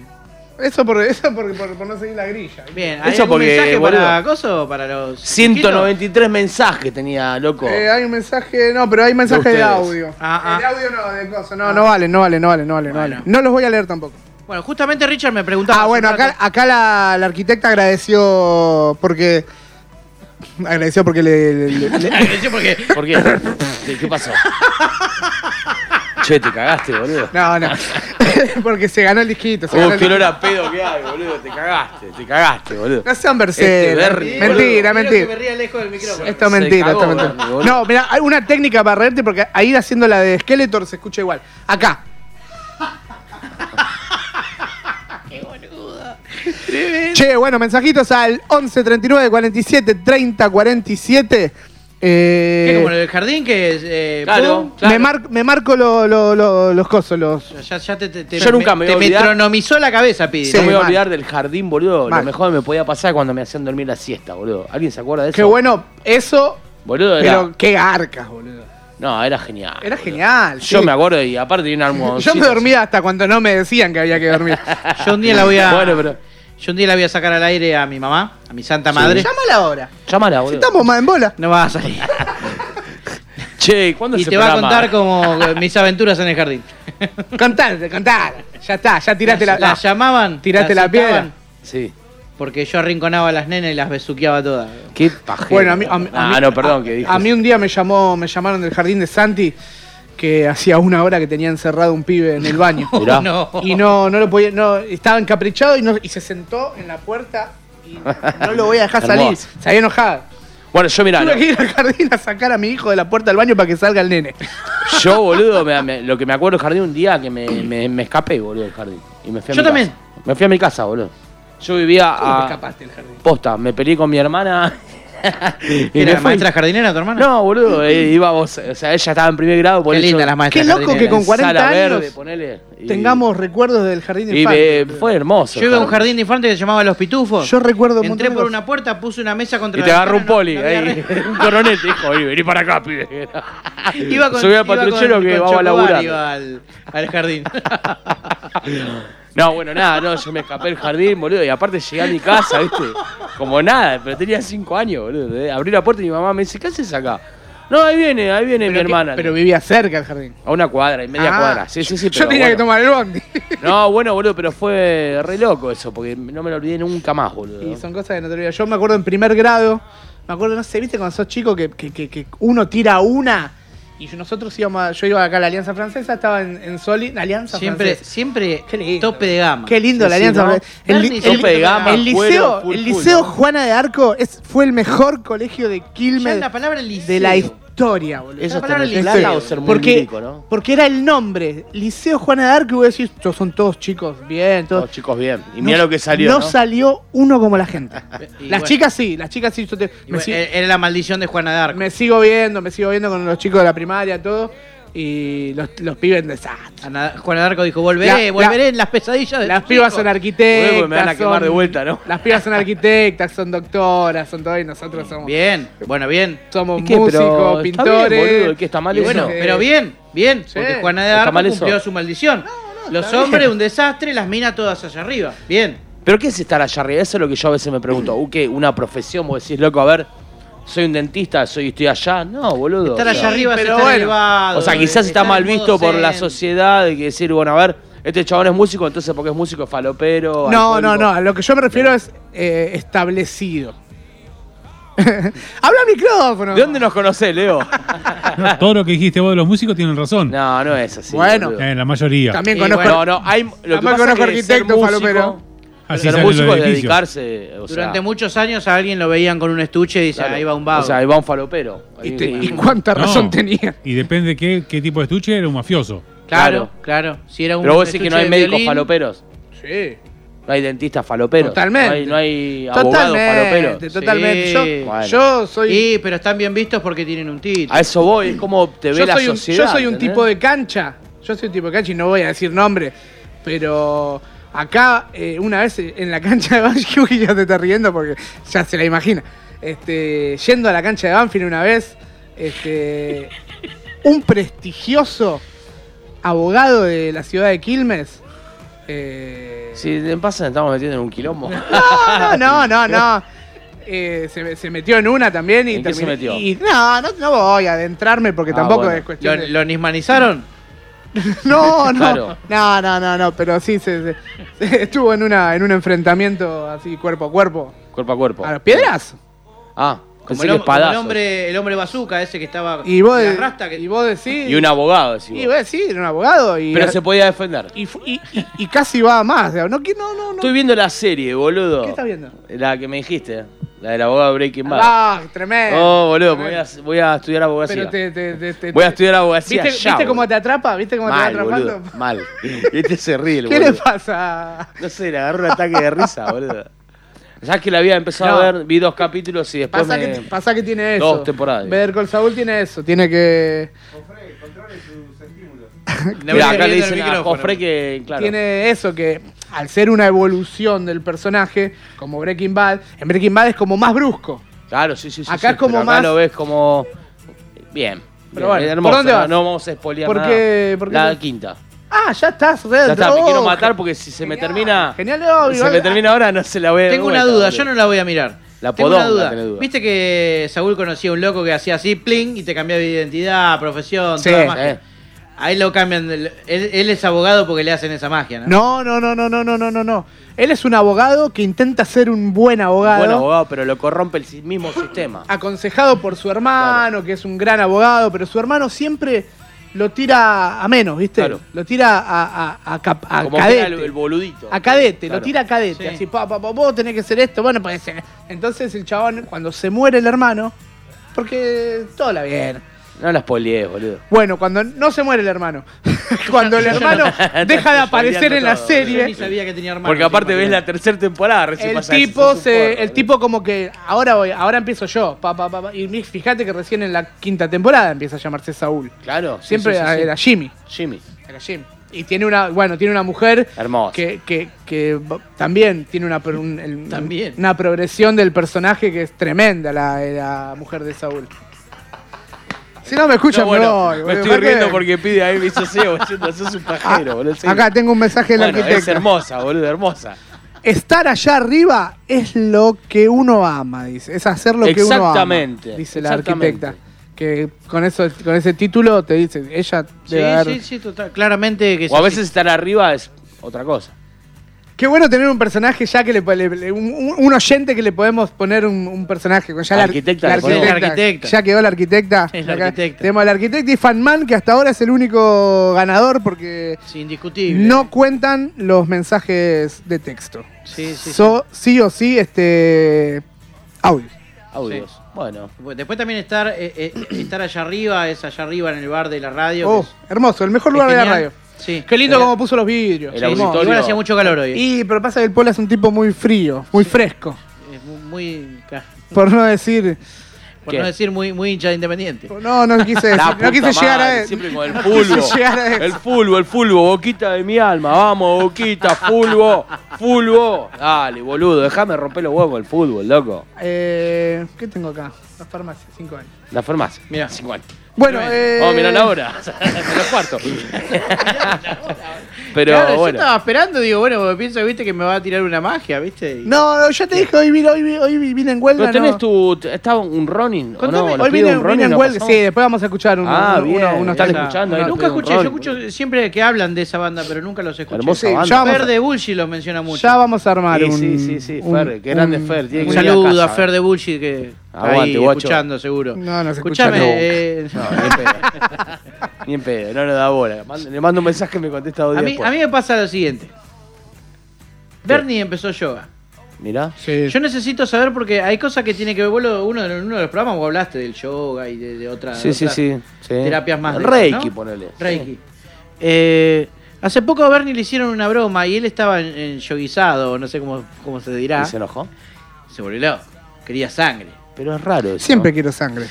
Speaker 2: Eso por, eso por, por, por no seguir la grilla.
Speaker 3: Bien, ¿hay
Speaker 1: Eso
Speaker 3: algún
Speaker 1: porque,
Speaker 3: mensaje
Speaker 1: boludo.
Speaker 3: para Coso? Para los.
Speaker 1: 193 mensajes tenía, loco.
Speaker 2: Eh, hay un mensaje, no, pero hay mensaje de,
Speaker 1: ustedes.
Speaker 2: audio.
Speaker 3: Ah,
Speaker 2: El audio no, de cosas. No, no vale, no vale, no vale, no vale, no vale.
Speaker 3: Bueno.
Speaker 2: No los voy a leer tampoco.
Speaker 3: chiquitos? Bueno, justamente Richard me preguntaba.
Speaker 2: Ah,
Speaker 3: hace
Speaker 2: bueno,
Speaker 3: un rato-
Speaker 2: acá, acá la, la arquitecta agradeció porque. Agradeció porque le. le- le- le-
Speaker 3: porque eh,
Speaker 1: ¿Por qué? ¿Qué, qué pasó? che, te cagaste, boludo.
Speaker 2: no, no. porque se ganó el disquito. se ganó
Speaker 1: Uh,
Speaker 2: el
Speaker 1: qué olor
Speaker 2: disquito.
Speaker 1: a pedo que hay, boludo. Te cagaste, te cagaste, boludo.
Speaker 2: No
Speaker 1: Este
Speaker 2: sean berceros.
Speaker 1: Berry,
Speaker 2: mentira,
Speaker 3: Quiero que me
Speaker 2: mentira.
Speaker 3: ría lejos del micrófono.
Speaker 2: Esto es
Speaker 1: Se
Speaker 2: mentira,
Speaker 1: cagó,
Speaker 2: esto es mentira.
Speaker 1: Berry, boludo.
Speaker 2: No, mira, hay una técnica para reírte porque ahí haciendo la de Skeletor se escucha igual. Acá. Che, bueno, mensajitos al 11 39 47 30 47. Eh,
Speaker 3: ¿Qué, como en el jardín que es. eh,
Speaker 1: Claro.
Speaker 3: pum?
Speaker 2: Me, mar- me marco lo- lo- lo- los cosos, los.
Speaker 3: Ya, ya te, te, te-
Speaker 1: Yo nunca me
Speaker 3: te
Speaker 1: voy a olvidar.
Speaker 3: metronomizó la cabeza, Pidi.
Speaker 2: Sí.
Speaker 1: no me voy a
Speaker 2: mal.
Speaker 1: olvidar del jardín, boludo.
Speaker 2: Mal.
Speaker 1: Lo mejor que me podía pasar cuando me hacían dormir la siesta, boludo. ¿Alguien se acuerda de eso?
Speaker 2: Qué bueno, eso,
Speaker 1: Boludo, era.
Speaker 2: pero qué garcas, boludo.
Speaker 1: No, era genial.
Speaker 2: Era
Speaker 1: boludo.
Speaker 2: genial.
Speaker 1: Yo
Speaker 2: sí.
Speaker 1: me acuerdo y aparte tenía un
Speaker 2: Yo
Speaker 1: almohadoncito.
Speaker 2: me dormía hasta cuando no me decían que había que dormir.
Speaker 3: Yo un día la voy a.
Speaker 1: Bueno, pero-
Speaker 3: Yo un día la voy a sacar al aire a mi mamá, a mi santa madre.
Speaker 2: Llámala ahora.
Speaker 1: Llámala, boludo.
Speaker 2: Estamos más en bola.
Speaker 3: No va a salir.
Speaker 1: Che, ¿cuándo
Speaker 3: Y
Speaker 1: se
Speaker 3: te va a
Speaker 1: programa?
Speaker 3: contar como eh, mis aventuras en el jardín.
Speaker 2: Cantar, cantar. Ya está, ya tiraste la.
Speaker 3: La llamaban.
Speaker 2: Tiraste la
Speaker 3: citaban,
Speaker 2: piedra.
Speaker 1: Sí.
Speaker 3: Porque yo arrinconaba a las nenas y las besuqueaba todas.
Speaker 1: Qué pajero.
Speaker 2: Bueno, a mí, a mí- a
Speaker 1: Ah,
Speaker 2: mí-
Speaker 1: no, perdón,
Speaker 2: a-
Speaker 1: que dije.
Speaker 2: A mí un día me llamó, me llamaron del jardín de Santi que hacía una hora que tenía encerrado un pibe en el baño.
Speaker 1: Mirá.
Speaker 3: no.
Speaker 2: Y no, no lo podía, no, estaba encaprichado y, no, y se sentó en la puerta y no lo voy a dejar salir.
Speaker 1: Hermoso.
Speaker 2: Se había enojado.
Speaker 1: Bueno, yo mirá.
Speaker 2: Tuve
Speaker 1: lo-
Speaker 2: que ir al jardín a sacar a mi hijo de la puerta del baño para que salga el nene.
Speaker 1: Yo, boludo, me- me- lo que me acuerdo del jardín un día que me, me- me escapé, boludo, del jardín. Y me fui a
Speaker 3: Yo
Speaker 1: mi
Speaker 3: también.
Speaker 1: casa. Me fui a mi casa, boludo. Yo vivía a.
Speaker 2: Escapaste del jardín.
Speaker 1: Posta, me peleé con mi hermana Y no
Speaker 3: ¿Era
Speaker 1: fue.
Speaker 3: maestra jardinera tu hermana?
Speaker 1: No, boludo, eh, íbamos, o sea, ella estaba en primer grado, por
Speaker 3: Qué
Speaker 1: eso-
Speaker 3: linda las maestras
Speaker 2: Qué loco que
Speaker 3: jardineras.
Speaker 2: con 40
Speaker 1: Sala
Speaker 2: años
Speaker 1: verde, ponele, y-
Speaker 2: Tengamos recuerdos del jardín de
Speaker 1: y me- fue hermoso.
Speaker 3: Yo iba a un jardín de infantes que se llamaba Los Pitufos.
Speaker 2: Yo recuerdo un montón
Speaker 3: Entré
Speaker 2: de
Speaker 3: por
Speaker 2: cosas.
Speaker 3: una puerta, puse una mesa contra
Speaker 1: Y
Speaker 3: la
Speaker 1: te agarró un
Speaker 3: ventana,
Speaker 1: poli,
Speaker 3: no- no había
Speaker 1: ahí,
Speaker 3: re-
Speaker 1: un coronete, dijo, "Vení, vení para acá, pibe.
Speaker 3: Iba con,
Speaker 1: Subí
Speaker 3: iba
Speaker 1: al patrullero
Speaker 3: con-
Speaker 1: que
Speaker 3: con
Speaker 1: vamos a
Speaker 3: Chocobar,
Speaker 1: laburar.
Speaker 3: iba al, al jardín.
Speaker 1: No, bueno, nada, no, yo me escapé del jardín, boludo, y aparte llegué a mi casa, ¿viste? Como nada, pero tenía cinco años, boludo. eh. Abrí la puerta y mi mamá me dice, ¿qué haces acá? No, ahí viene, ahí viene mi hermana.
Speaker 2: Pero vivía cerca del jardín.
Speaker 1: a una cuadra, y media
Speaker 2: Ah,
Speaker 1: cuadra. Sí, sí, sí,
Speaker 2: Yo
Speaker 1: pero
Speaker 2: tenía que
Speaker 1: bueno.
Speaker 2: tomar el bondi.
Speaker 1: No, bueno, boludo, pero fue re loco eso, porque no me lo olvidé nunca más, boludo.
Speaker 2: Y son cosas que no te olvidas. Yo me acuerdo en primer grado, me acuerdo, no sé, viste cuando sos chico que, que- que- que uno tira una. Y yo- nosotros íbamos, a- yo iba acá a la Alianza Francesa, estaba en, en Soli, la Alianza
Speaker 3: siempre,
Speaker 2: Francesa.
Speaker 3: siempre
Speaker 2: Qué lindo.
Speaker 3: tope de gama.
Speaker 2: Qué lindo la
Speaker 3: Sí, sí,
Speaker 2: Alianza
Speaker 3: ¿no?
Speaker 2: Francesa. El,
Speaker 3: Bernie,
Speaker 2: li-
Speaker 1: tope de
Speaker 2: el-
Speaker 1: gama,
Speaker 2: el
Speaker 1: cuero,
Speaker 2: liceo,
Speaker 1: full,
Speaker 2: el
Speaker 1: full,
Speaker 2: liceo
Speaker 1: ¿no?
Speaker 2: Juana de Arco es, fue el mejor colegio de
Speaker 3: Ya
Speaker 2: Quilmes
Speaker 3: la palabra
Speaker 2: de la
Speaker 3: liceo.
Speaker 2: historia, boludo. Este,
Speaker 1: Eso
Speaker 3: La
Speaker 1: es
Speaker 3: palabra
Speaker 1: tener
Speaker 3: liceo.
Speaker 1: plata o ser muy
Speaker 2: porque,
Speaker 1: rico, ¿no?
Speaker 2: porque era el nombre. Liceo Juana de Arco, y vos decís, "Estos son todos chicos, bien, todos.
Speaker 1: Todos chicos bien. Y mira lo que salió,
Speaker 2: No,
Speaker 1: ¿no?
Speaker 2: salió uno como la gente. las
Speaker 3: Y bueno.
Speaker 2: chicas sí, las chicas sí. yo te-
Speaker 3: Y
Speaker 2: me,
Speaker 3: bueno, eh,
Speaker 2: si-
Speaker 3: Era la maldición de Juana de Arco.
Speaker 2: me sigo viendo, me sigo viendo con los chicos de la primaria, todo. Y los, los pibes en desastre.
Speaker 3: Ana- Juana de Arco dijo, volveré,
Speaker 2: La- la-
Speaker 3: volveré en las pesadillas Ah, de
Speaker 2: Las
Speaker 3: tu
Speaker 2: pibas
Speaker 3: chico".
Speaker 2: son
Speaker 1: Huevo,
Speaker 2: arquitectas.
Speaker 1: me van a quemar
Speaker 2: son-
Speaker 1: de vuelta, ¿no?
Speaker 2: Las pibas son arquitectas, son doctoras, son todo. Y nosotros somos,
Speaker 3: Bien, bueno, bien.
Speaker 2: somos
Speaker 1: ¿Y qué? Pero
Speaker 2: músicos,
Speaker 1: está bien, boludo,
Speaker 2: pintores.
Speaker 1: ¿y qué está mal
Speaker 2: y
Speaker 1: eso?
Speaker 3: Bueno,
Speaker 2: sí.
Speaker 3: pero bien, bien, porque Juana de
Speaker 1: Está
Speaker 3: Arco
Speaker 1: mal eso.
Speaker 3: cumplió su maldición. Los hombres un desastre, las minas todas allá arriba. Bien.
Speaker 1: ¿Pero qué es estar allá arriba? Eso es lo que yo a veces me pregunto. ¿U qué? ¿Una profesión? Vos decís, loco, a ver, soy un dentista, soy, estoy allá. No, boludo.
Speaker 3: Estar
Speaker 1: O
Speaker 3: allá
Speaker 1: sea,
Speaker 3: arriba es
Speaker 2: pero
Speaker 3: estar
Speaker 2: bueno.
Speaker 3: elevado,
Speaker 1: O sea,
Speaker 3: estar
Speaker 1: quizás está
Speaker 3: en
Speaker 1: mal
Speaker 3: modo
Speaker 1: visto por la
Speaker 3: zen.
Speaker 1: sociedad de que decir, bueno, a ver, este chabón es músico, entonces porque es músico es falopero.
Speaker 2: No,
Speaker 1: alcohólico.
Speaker 2: no, no. A lo que yo me refiero es eh, establecido. Habla al micrófono.
Speaker 1: ¿De dónde nos conocés, Leo?
Speaker 7: No, todo lo que dijiste vos de los músicos tienen razón.
Speaker 1: No, no es así.
Speaker 2: Bueno.
Speaker 1: boludo.
Speaker 7: Eh, la mayoría.
Speaker 2: También
Speaker 3: Y
Speaker 2: conozco.
Speaker 1: No, no, hay. Lo que
Speaker 2: Además
Speaker 1: pasa es
Speaker 2: conozco
Speaker 1: que ser
Speaker 2: arquitectos, falopero.
Speaker 1: músico,
Speaker 7: Así
Speaker 1: ser
Speaker 7: salen los
Speaker 1: músico es
Speaker 7: edificios.
Speaker 1: dedicarse. o sea,
Speaker 3: Durante muchos años a alguien lo veían con un estuche y dice,
Speaker 1: claro.
Speaker 3: ahí va un vago.
Speaker 1: O sea, ahí va un falopero.
Speaker 2: Y,
Speaker 1: Ahí-
Speaker 2: te-
Speaker 1: y-
Speaker 2: y cuánta razón
Speaker 7: No.
Speaker 2: tenía.
Speaker 7: Y depende de qué, qué tipo de estuche, era un mafioso.
Speaker 3: claro, claro, Si era un
Speaker 1: Pero vos decís que no
Speaker 3: estuche
Speaker 1: hay
Speaker 3: de
Speaker 1: médicos
Speaker 3: violín,
Speaker 1: faloperos.
Speaker 2: Sí.
Speaker 1: No hay dentistas faloperos.
Speaker 2: Totalmente.
Speaker 1: No hay, no hay abogados
Speaker 2: Totalmente,
Speaker 1: faloperos.
Speaker 2: totalmente.
Speaker 3: Sí.
Speaker 2: Yo,
Speaker 1: Bueno.
Speaker 2: yo soy.
Speaker 3: Sí, pero están bien vistos porque tienen un título.
Speaker 1: A eso voy, es como te ve
Speaker 2: yo
Speaker 1: la
Speaker 2: soy un,
Speaker 1: sociedad.
Speaker 2: yo soy un
Speaker 1: ¿entendés?
Speaker 2: tipo de cancha. Yo soy un tipo de cancha y no voy a decir nombre. Pero acá, eh, una vez eh, en la cancha de Banfield, que ya te estás riendo porque ya se la imagina. Este, yendo a la cancha de Banfield una vez, este, un prestigioso abogado de la ciudad de Quilmes. eh,
Speaker 1: Si te pasa, estamos metiendo en un quilombo.
Speaker 2: No, no, no, no. Eh, se, se metió en una también y
Speaker 1: ¿En qué se
Speaker 2: terminé-
Speaker 1: metió?
Speaker 2: y- no, no, no voy a adentrarme porque
Speaker 1: Ah,
Speaker 2: tampoco
Speaker 1: bueno.
Speaker 2: es cuestión.
Speaker 3: ¿Lo,
Speaker 2: de-
Speaker 3: lo nismanizaron?
Speaker 2: No, no,
Speaker 1: Claro.
Speaker 2: no, no, no, no, pero sí se, se- se- estuvo en una en un enfrentamiento así cuerpo a cuerpo.
Speaker 1: cuerpo a cuerpo.
Speaker 2: A las piedras.
Speaker 1: Ah,
Speaker 3: Como
Speaker 1: pensé
Speaker 3: el,
Speaker 1: que
Speaker 3: hom- como el
Speaker 1: espadazo.
Speaker 3: hombre, el hombre bazooka ese que estaba
Speaker 2: Y vos,
Speaker 3: la
Speaker 2: de-
Speaker 3: rasta que-
Speaker 2: y vos decís
Speaker 1: Y un abogado, decís vos.
Speaker 2: y vos decís, era un abogado y
Speaker 1: Pero se podía defender.
Speaker 2: y, fu- y- y- y casi va más, o sea, no que- no no no.
Speaker 1: Estoy viendo la serie, boludo.
Speaker 2: ¿Qué estás viendo?
Speaker 1: La que me dijiste, la del abogado de Breaking Bad.
Speaker 2: Ah, tremendo.
Speaker 1: oh, boludo, voy
Speaker 2: tremendo.
Speaker 1: a, voy a estudiar abogacía.
Speaker 2: Pero te, te- te- te-
Speaker 1: Voy a estudiar abogacía
Speaker 2: ¿Viste,
Speaker 1: ya,
Speaker 2: viste cómo
Speaker 1: boludo.
Speaker 2: te atrapa? ¿Viste cómo te
Speaker 1: Mal,
Speaker 2: va atrapando?
Speaker 1: boludo. Mal. Y este se ríe, el
Speaker 2: ¿Qué
Speaker 1: boludo.
Speaker 2: le pasa?
Speaker 1: No sé, le agarró un ataque de risa, boludo. ¿Sabes que la había empezado
Speaker 2: No.
Speaker 1: a ver? Vi dos capítulos y después
Speaker 2: Pasa,
Speaker 1: me...
Speaker 2: que, pasa que tiene eso.
Speaker 1: Dos temporadas.
Speaker 2: Better Call Saul tiene eso. Tiene que.
Speaker 3: Le
Speaker 1: Mirá,
Speaker 3: voy
Speaker 1: acá le
Speaker 3: viendo el
Speaker 1: dicen a
Speaker 3: micrófono.
Speaker 1: Jofre que, claro.
Speaker 2: Tiene eso que al ser una evolución del personaje, como Breaking Bad, en Breaking Bad es como más brusco.
Speaker 1: Claro, sí, sí, sí.
Speaker 2: Acá
Speaker 1: sí,
Speaker 2: es como
Speaker 1: pero acá
Speaker 2: más-
Speaker 1: lo ves como... Bien.
Speaker 2: Pero
Speaker 1: Pero
Speaker 2: bueno,
Speaker 1: bueno,
Speaker 2: ¿por
Speaker 1: hermoso,
Speaker 2: dónde
Speaker 1: no,
Speaker 2: vas?
Speaker 1: no vamos a espolear
Speaker 2: ¿Por
Speaker 1: nada.
Speaker 2: qué- por qué
Speaker 1: La
Speaker 2: te-
Speaker 1: quinta.
Speaker 2: Ah, ya estás, re
Speaker 1: Ya está, me
Speaker 2: droga.
Speaker 1: quiero matar porque si se me termina...
Speaker 2: Genial, eh. obvio.
Speaker 1: Si se me termina ahora no se la voy a dar
Speaker 3: Tengo una
Speaker 1: vuelta,
Speaker 3: duda,
Speaker 1: boludo.
Speaker 3: yo no la voy a mirar.
Speaker 1: La
Speaker 3: Tengo
Speaker 1: podonga,
Speaker 3: una duda.
Speaker 1: tenés duda.
Speaker 3: Viste que Saúl conocía a un loco que hacía así, pling, y te cambiaba de identidad, profesión,
Speaker 2: Sí,
Speaker 3: toda la magia.
Speaker 1: eh.
Speaker 3: Ahí lo cambian. del- Él, él es abogado porque le hacen esa magia,
Speaker 2: No,
Speaker 3: ¿no?
Speaker 2: no, no, no, no, no, no, no, no. Él es un abogado que intenta ser un buen abogado.
Speaker 1: Buen abogado, pero lo corrompe el si- mismo sistema.
Speaker 2: aconsejado por su hermano, que es un gran abogado, pero su hermano siempre lo tira a menos, ¿viste?
Speaker 1: Claro.
Speaker 2: Lo tira a, a- a cap- a
Speaker 1: como que
Speaker 2: cadete.
Speaker 1: era el, el boludito.
Speaker 2: a cadete,
Speaker 1: Claro.
Speaker 2: lo tira a cadete.
Speaker 3: Sí.
Speaker 2: Así, pa, pa, pa, vos tenés que hacer esto, bueno, pues. eh. Entonces el chabón, cuando se muere el hermano, porque todo la bien.
Speaker 1: No las polies, boludo.
Speaker 2: Bueno, cuando no se muere el hermano. cuando el
Speaker 3: Yo no-
Speaker 2: hermano deja de
Speaker 1: Yo
Speaker 2: aparecer
Speaker 1: odiando
Speaker 2: en la
Speaker 1: todo,
Speaker 3: Yo ni
Speaker 2: serie.
Speaker 3: sabía que tenía hermanos.
Speaker 1: Porque aparte ves la
Speaker 3: imagínate.
Speaker 1: tercera temporada recién
Speaker 2: El
Speaker 1: pasa
Speaker 2: tipo,
Speaker 1: eso, sos un
Speaker 2: se,
Speaker 1: forro,
Speaker 2: el tipo como que ahora voy, ahora empiezo yo, pa, pa, pa, pa, y mi- fíjate que recién en la quinta temporada empieza a llamarse Saúl.
Speaker 1: boludo. Claro. sí,
Speaker 2: Siempre
Speaker 1: sí, sí,
Speaker 2: era,
Speaker 1: sí.
Speaker 2: era Jimmy,
Speaker 1: Jimmy.
Speaker 2: era Jim. Y tiene una, bueno, tiene una mujer
Speaker 1: Hermoso.
Speaker 2: que, que- que b- también tiene una, pro- un- el-
Speaker 3: También.
Speaker 2: una progresión del personaje que es tremenda, la, la mujer de Saúl. Si no me escuchan,
Speaker 1: No, bueno,
Speaker 2: me voy,
Speaker 1: me
Speaker 2: boludo.
Speaker 1: estoy riendo
Speaker 2: Aparte-
Speaker 1: porque pide ahí me hizo ciego, diciendo, sos un pajero, boludo. sí.
Speaker 2: Acá tengo un mensaje del
Speaker 1: Bueno, es
Speaker 2: arquitecto.
Speaker 1: hermosa, boludo, hermosa.
Speaker 2: Estar allá arriba es lo que uno ama, dice. Es hacer lo que uno ama.
Speaker 1: Exactamente,
Speaker 2: Dice la
Speaker 1: exactamente.
Speaker 2: arquitecta. Que con eso, con ese título te dice, ella debe haber-
Speaker 3: Sí, sí, sí, total. Claramente que
Speaker 1: O a
Speaker 3: sí,
Speaker 1: veces estar arriba es otra cosa.
Speaker 2: Qué bueno tener un personaje ya que le, le- le- un, un- un oyente que le podemos poner un, un personaje. Ya la, ar-
Speaker 1: Arquitecta,
Speaker 2: la
Speaker 1: le ponemos.
Speaker 2: arquitecta.
Speaker 3: La arquitecta.
Speaker 2: Ya quedó la arquitecta.
Speaker 3: Es la
Speaker 2: Acá
Speaker 3: arquitecta.
Speaker 2: Tenemos a la arquitecta y Fanman, que hasta ahora es el único ganador porque
Speaker 3: sí. Es indiscutible.
Speaker 2: no cuentan los mensajes de texto.
Speaker 3: Sí, sí,
Speaker 2: So- sí o sí, este. Audio.
Speaker 1: Audios. Bueno.
Speaker 3: Bueno, Después también estar, eh, eh, estar allá arriba, es allá arriba en el bar de la radio.
Speaker 2: Oh,
Speaker 3: que es-
Speaker 2: hermoso, el mejor
Speaker 3: es
Speaker 2: lugar de la
Speaker 3: genial. Eh,
Speaker 2: radio.
Speaker 3: Sí.
Speaker 2: Qué lindo
Speaker 3: Era-
Speaker 2: como puso los vidrios.
Speaker 1: El
Speaker 3: sí,
Speaker 2: hermoso.
Speaker 1: auditorio.
Speaker 3: Igual hacía mucho calor hoy. ¿eh?
Speaker 2: Y pero pasa que el Pola es un tipo muy frío, muy fresco.
Speaker 3: Es mu- muy. ca-
Speaker 2: Por no decir.
Speaker 3: Por
Speaker 1: ¿Qué?
Speaker 3: no decir muy, muy hincha de independiente.
Speaker 2: No, no quise decir.
Speaker 1: La
Speaker 2: no
Speaker 1: puta
Speaker 2: quise llegar
Speaker 1: madre,
Speaker 2: a eso.
Speaker 1: Siempre con el
Speaker 2: No quise llegar a
Speaker 1: fulbo.
Speaker 2: eso.
Speaker 1: El fulbo, el fulbo, boquita de mi alma. Vamos, boquita, fulbo, fulbo. Dale, boludo, déjame romper los huevos el fútbol, loco.
Speaker 2: Eh, ¿Qué tengo acá? Las farmacias, 5 años.
Speaker 1: La farmacia.
Speaker 3: Mirá.
Speaker 1: 50.
Speaker 2: Bueno,
Speaker 3: Bueno,
Speaker 2: eh.
Speaker 1: Vamos a mirar Oh, la hora. A los cuartos. Pero
Speaker 3: Claro,
Speaker 1: bueno.
Speaker 3: yo estaba esperando, digo, bueno, porque pienso, viste, que me va a tirar una magia, viste. Y-
Speaker 2: No, no, ya te dije, hoy vine, hoy, vi- hoy vi- vine en huelga.
Speaker 1: Pero tenés
Speaker 2: no.
Speaker 1: tu. ¿Estaba un running? ¿o
Speaker 2: Contame,
Speaker 1: no? ¿Lo
Speaker 2: hoy
Speaker 1: pido un
Speaker 2: vine, vine
Speaker 1: running,
Speaker 2: en
Speaker 1: no
Speaker 2: huelga.
Speaker 1: pasó?
Speaker 2: Sí, después vamos a escuchar uno,
Speaker 1: Ah,
Speaker 2: uno-
Speaker 1: bien,
Speaker 2: unos
Speaker 1: están
Speaker 2: temas.
Speaker 1: escuchando ahí,
Speaker 2: Unos-
Speaker 1: ¿no?
Speaker 3: nunca
Speaker 1: Pedro
Speaker 3: escuché, yo
Speaker 1: Ron.
Speaker 3: escucho siempre que hablan de esa banda, pero nunca los escuché.
Speaker 1: Hermosa
Speaker 2: Sí,
Speaker 1: banda.
Speaker 2: ya vamos a-
Speaker 3: Fer de Bulgi los menciona mucho.
Speaker 2: Ya vamos a armar
Speaker 1: Sí,
Speaker 2: un.
Speaker 1: sí, sí, sí,
Speaker 2: un-
Speaker 1: Fer, qué grande
Speaker 2: un-
Speaker 1: Fer, tiene
Speaker 3: Un
Speaker 1: que venir
Speaker 3: saludo
Speaker 1: casa, eh.
Speaker 3: a Fer de Bulgi que
Speaker 1: Aguante,
Speaker 3: ahí
Speaker 1: guacho.
Speaker 3: escuchando seguro.
Speaker 2: No, no se escucha
Speaker 3: Escuchame,
Speaker 2: nunca.
Speaker 3: eh,
Speaker 1: No, ni en pedo. ni en pedo, no nos da bola. Mando- Le mando un mensaje y me contesta dos
Speaker 3: a,
Speaker 1: días
Speaker 3: mí,
Speaker 1: después.
Speaker 3: a mí me pasa lo siguiente. Bernie empezó yoga.
Speaker 1: Mirá.
Speaker 2: Sí.
Speaker 3: Yo necesito saber porque hay cosas que tiene que ver, vos lo- uno, en uno de los programas vos hablaste del yoga y de, de otra-
Speaker 1: Sí, sí,
Speaker 3: otras
Speaker 1: sí. sí.
Speaker 3: terapias más. de-
Speaker 1: Reiki,
Speaker 3: ¿no?
Speaker 1: ponele.
Speaker 3: Reiki. Eh, hace poco a Bernie le hicieron una broma y él estaba en, en yoguizado, no sé cómo, cómo se dirá.
Speaker 1: Y se enojó.
Speaker 3: Se volvió loco. Quería sangre.
Speaker 1: Pero es raro eso.
Speaker 2: Siempre quiero sangre.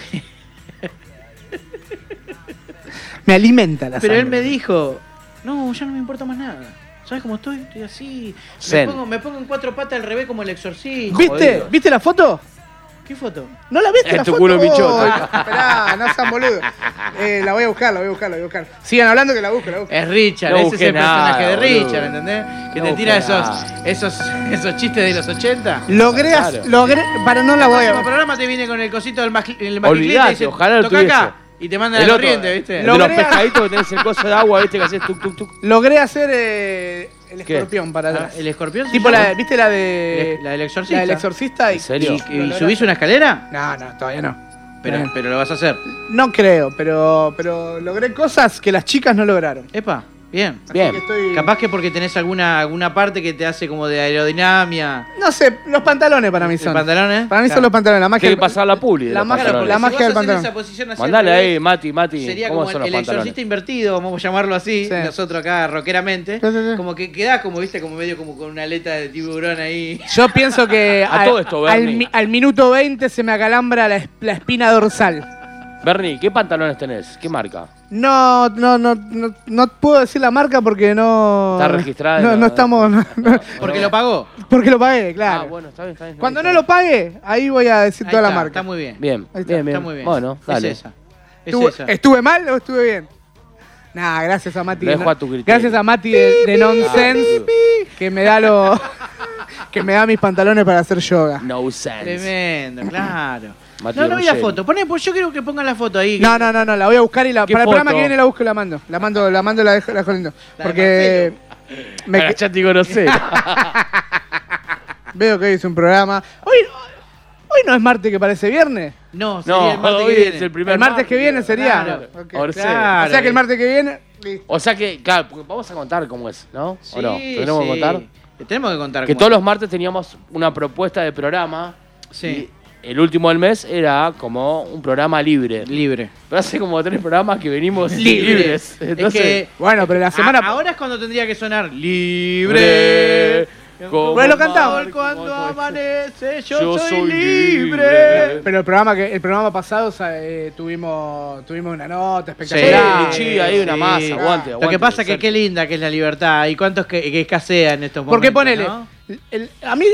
Speaker 2: me alimenta la
Speaker 3: Pero
Speaker 2: sangre.
Speaker 3: él me dijo, no, ya no me importa más nada. ¿Sabes cómo estoy? Estoy así. Me
Speaker 1: Zen.
Speaker 3: pongo, me pongo en cuatro patas al revés como el exorcista.
Speaker 2: ¿Viste?
Speaker 1: Jodido.
Speaker 2: ¿Viste la foto?
Speaker 3: ¿Qué foto?
Speaker 2: ¿No la viste?
Speaker 1: Es
Speaker 2: la
Speaker 1: tu
Speaker 2: foto?
Speaker 1: culo bichota.
Speaker 2: Oh, Esperá, no seas boludo. Eh, la voy a buscar, la voy a buscar, la voy a buscar. Sigan hablando que la busco, la busco.
Speaker 3: Es Richard,
Speaker 1: No
Speaker 3: ese es
Speaker 1: busqué
Speaker 3: el personaje
Speaker 1: nada,
Speaker 3: de
Speaker 1: boludo.
Speaker 3: Richard, ¿entendés? Que
Speaker 1: No
Speaker 3: te
Speaker 1: busqué
Speaker 3: tira esos,
Speaker 1: nada.
Speaker 3: esos, esos chistes de los 80.
Speaker 2: Logré, as-
Speaker 1: Claro.
Speaker 2: logré, para no la voy
Speaker 3: El
Speaker 2: a...
Speaker 3: programa te viene con el cosito del maquilista el
Speaker 1: Olvidate,
Speaker 3: maquicleta y dice,
Speaker 1: ojalá lo
Speaker 3: toca
Speaker 1: tuviese".
Speaker 3: acá y te manda
Speaker 1: El
Speaker 3: la
Speaker 1: otro,
Speaker 3: corriente, ¿viste?
Speaker 1: De
Speaker 2: Lo-
Speaker 1: los
Speaker 2: Logré-
Speaker 1: pescaditos que tenés el coso de agua, viste, que haces tuk, tuk, tuk.
Speaker 2: Logré hacer eh, el
Speaker 1: ¿Qué?
Speaker 2: escorpión para
Speaker 3: Ah,
Speaker 2: atrás.
Speaker 3: ¿El escorpión?
Speaker 2: Tipo la, de-
Speaker 3: la,
Speaker 2: ¿viste la de...
Speaker 3: la del exorcista.
Speaker 2: La del exorcista y...
Speaker 1: ¿En serio?
Speaker 3: ¿Y, y subís una escalera?
Speaker 2: No, no, todavía no.
Speaker 3: Pero,
Speaker 2: Todavía
Speaker 3: pero lo vas a hacer.
Speaker 2: no. No creo, pero, pero logré cosas que las chicas no lograron.
Speaker 3: Epa, bien.
Speaker 2: Así
Speaker 1: Bien.
Speaker 2: que estoy-
Speaker 3: Capaz que porque tenés alguna, alguna parte que te hace como de aerodinámia.
Speaker 2: No sé, los pantalones para mí
Speaker 3: ¿Los
Speaker 2: son.
Speaker 3: pantalones?
Speaker 2: Para mí son los pantalones, la magia.
Speaker 1: Tiene que pasar la puli. de
Speaker 2: La
Speaker 1: los
Speaker 2: magia-
Speaker 1: pantalones.
Speaker 2: la magia del pantalón.
Speaker 1: Mandale ahí, Mati, Mati.
Speaker 3: Sería
Speaker 1: ¿Cómo
Speaker 3: como
Speaker 1: son los
Speaker 3: el
Speaker 1: pantalones?
Speaker 3: exorcista invertido, vamos a llamarlo así,
Speaker 2: Sí.
Speaker 3: nosotros acá rockeramente.
Speaker 2: Sí, sí, sí.
Speaker 3: Como que queda como, viste, como medio como con una aleta de tiburón ahí.
Speaker 2: Yo pienso que
Speaker 1: A
Speaker 2: al-
Speaker 1: todo esto,
Speaker 2: al,
Speaker 1: Bernie.
Speaker 2: mi- al minuto 20 se me acalambra la, es- la espina dorsal.
Speaker 1: Bernie, ¿qué pantalones tenés? ¿Qué marca?
Speaker 2: No, no, no, no, no puedo decir la marca porque no.
Speaker 1: Está registrada,
Speaker 2: No,
Speaker 1: no,
Speaker 2: no estamos. no- no-
Speaker 3: Porque lo pagó.
Speaker 2: porque lo pagué, claro.
Speaker 1: Ah, bueno, está bien, está bien. está
Speaker 2: Cuando no
Speaker 1: bien.
Speaker 2: lo pague, ahí voy a decir
Speaker 3: Ahí
Speaker 2: toda la
Speaker 3: está,
Speaker 2: marca.
Speaker 3: Está muy bien.
Speaker 1: Bien,
Speaker 2: Ahí está,
Speaker 1: bien, bien.
Speaker 3: Está muy bien.
Speaker 1: Bueno, dale.
Speaker 3: Es esa. Es
Speaker 2: ¿Estuve,
Speaker 3: esa.
Speaker 2: estuve mal o estuve bien? Nah, gracias a Mati.
Speaker 1: Lo
Speaker 2: de
Speaker 1: dejo
Speaker 2: no-
Speaker 1: a tu criterio.
Speaker 2: Gracias a Mati de, de Nonsense que me da lo que me da mis pantalones para hacer yoga.
Speaker 1: No sense.
Speaker 3: Tremendo, claro.
Speaker 1: Mati
Speaker 3: no, no vi la
Speaker 1: Ruggeri.
Speaker 3: foto. Poné, pues yo quiero que pongan la foto ahí.
Speaker 2: No, no, no, no, la voy a buscar y la
Speaker 1: ¿Qué
Speaker 2: para el
Speaker 1: foto?
Speaker 2: programa que viene la busco y la mando. La mando, la mando y la dejo la dejo lindo.
Speaker 3: de
Speaker 2: Porque me que-
Speaker 1: Agachate y conocé.
Speaker 2: veo que hoy es un programa. Hoy hoy no es martes que parece viernes.
Speaker 3: No, sería
Speaker 1: No,
Speaker 3: el martes
Speaker 1: hoy
Speaker 3: que viene.
Speaker 1: es el primer
Speaker 2: El martes que viene sería.
Speaker 3: Claro.
Speaker 2: Ok.
Speaker 1: Ahora sí.
Speaker 2: O sea que el martes que viene
Speaker 1: O sea que, claro, porque vamos a contar cómo es, ¿no? ¿O no?
Speaker 3: Sí,
Speaker 1: ¿Tenemos que
Speaker 3: sí.
Speaker 1: contar?
Speaker 3: Tenemos que contar.
Speaker 1: Que
Speaker 3: cómo-
Speaker 1: todos los martes teníamos una propuesta de programa.
Speaker 3: Sí.
Speaker 1: Y el último del mes era como un programa libre.
Speaker 3: Libre.
Speaker 1: Pero hace como tres programas que venimos
Speaker 3: Libres.
Speaker 1: libres.
Speaker 3: Es
Speaker 1: Entonces,
Speaker 3: que-
Speaker 2: Bueno, pero la semana.
Speaker 3: A- Ah, ahora es cuando tendría que sonar libre.
Speaker 1: libre. como
Speaker 2: Bueno, lo
Speaker 1: mar,
Speaker 2: cantamos.
Speaker 1: como
Speaker 3: Cuando
Speaker 1: mar.
Speaker 3: amanece, yo,
Speaker 1: Yo
Speaker 3: soy,
Speaker 1: soy
Speaker 3: libre.
Speaker 1: libre.
Speaker 2: Pero el programa que el programa pasado sa- eh, tuvimos tuvimos una nota espectacular.
Speaker 1: Sí, sí, ahí una masa, aguante, aguante.
Speaker 3: Lo que pasa es que
Speaker 1: Sergio.
Speaker 3: qué linda que es la libertad y cuántos que, que escasean en estos momentos.
Speaker 2: Porque ponele,
Speaker 3: ¿no?
Speaker 2: el- a mí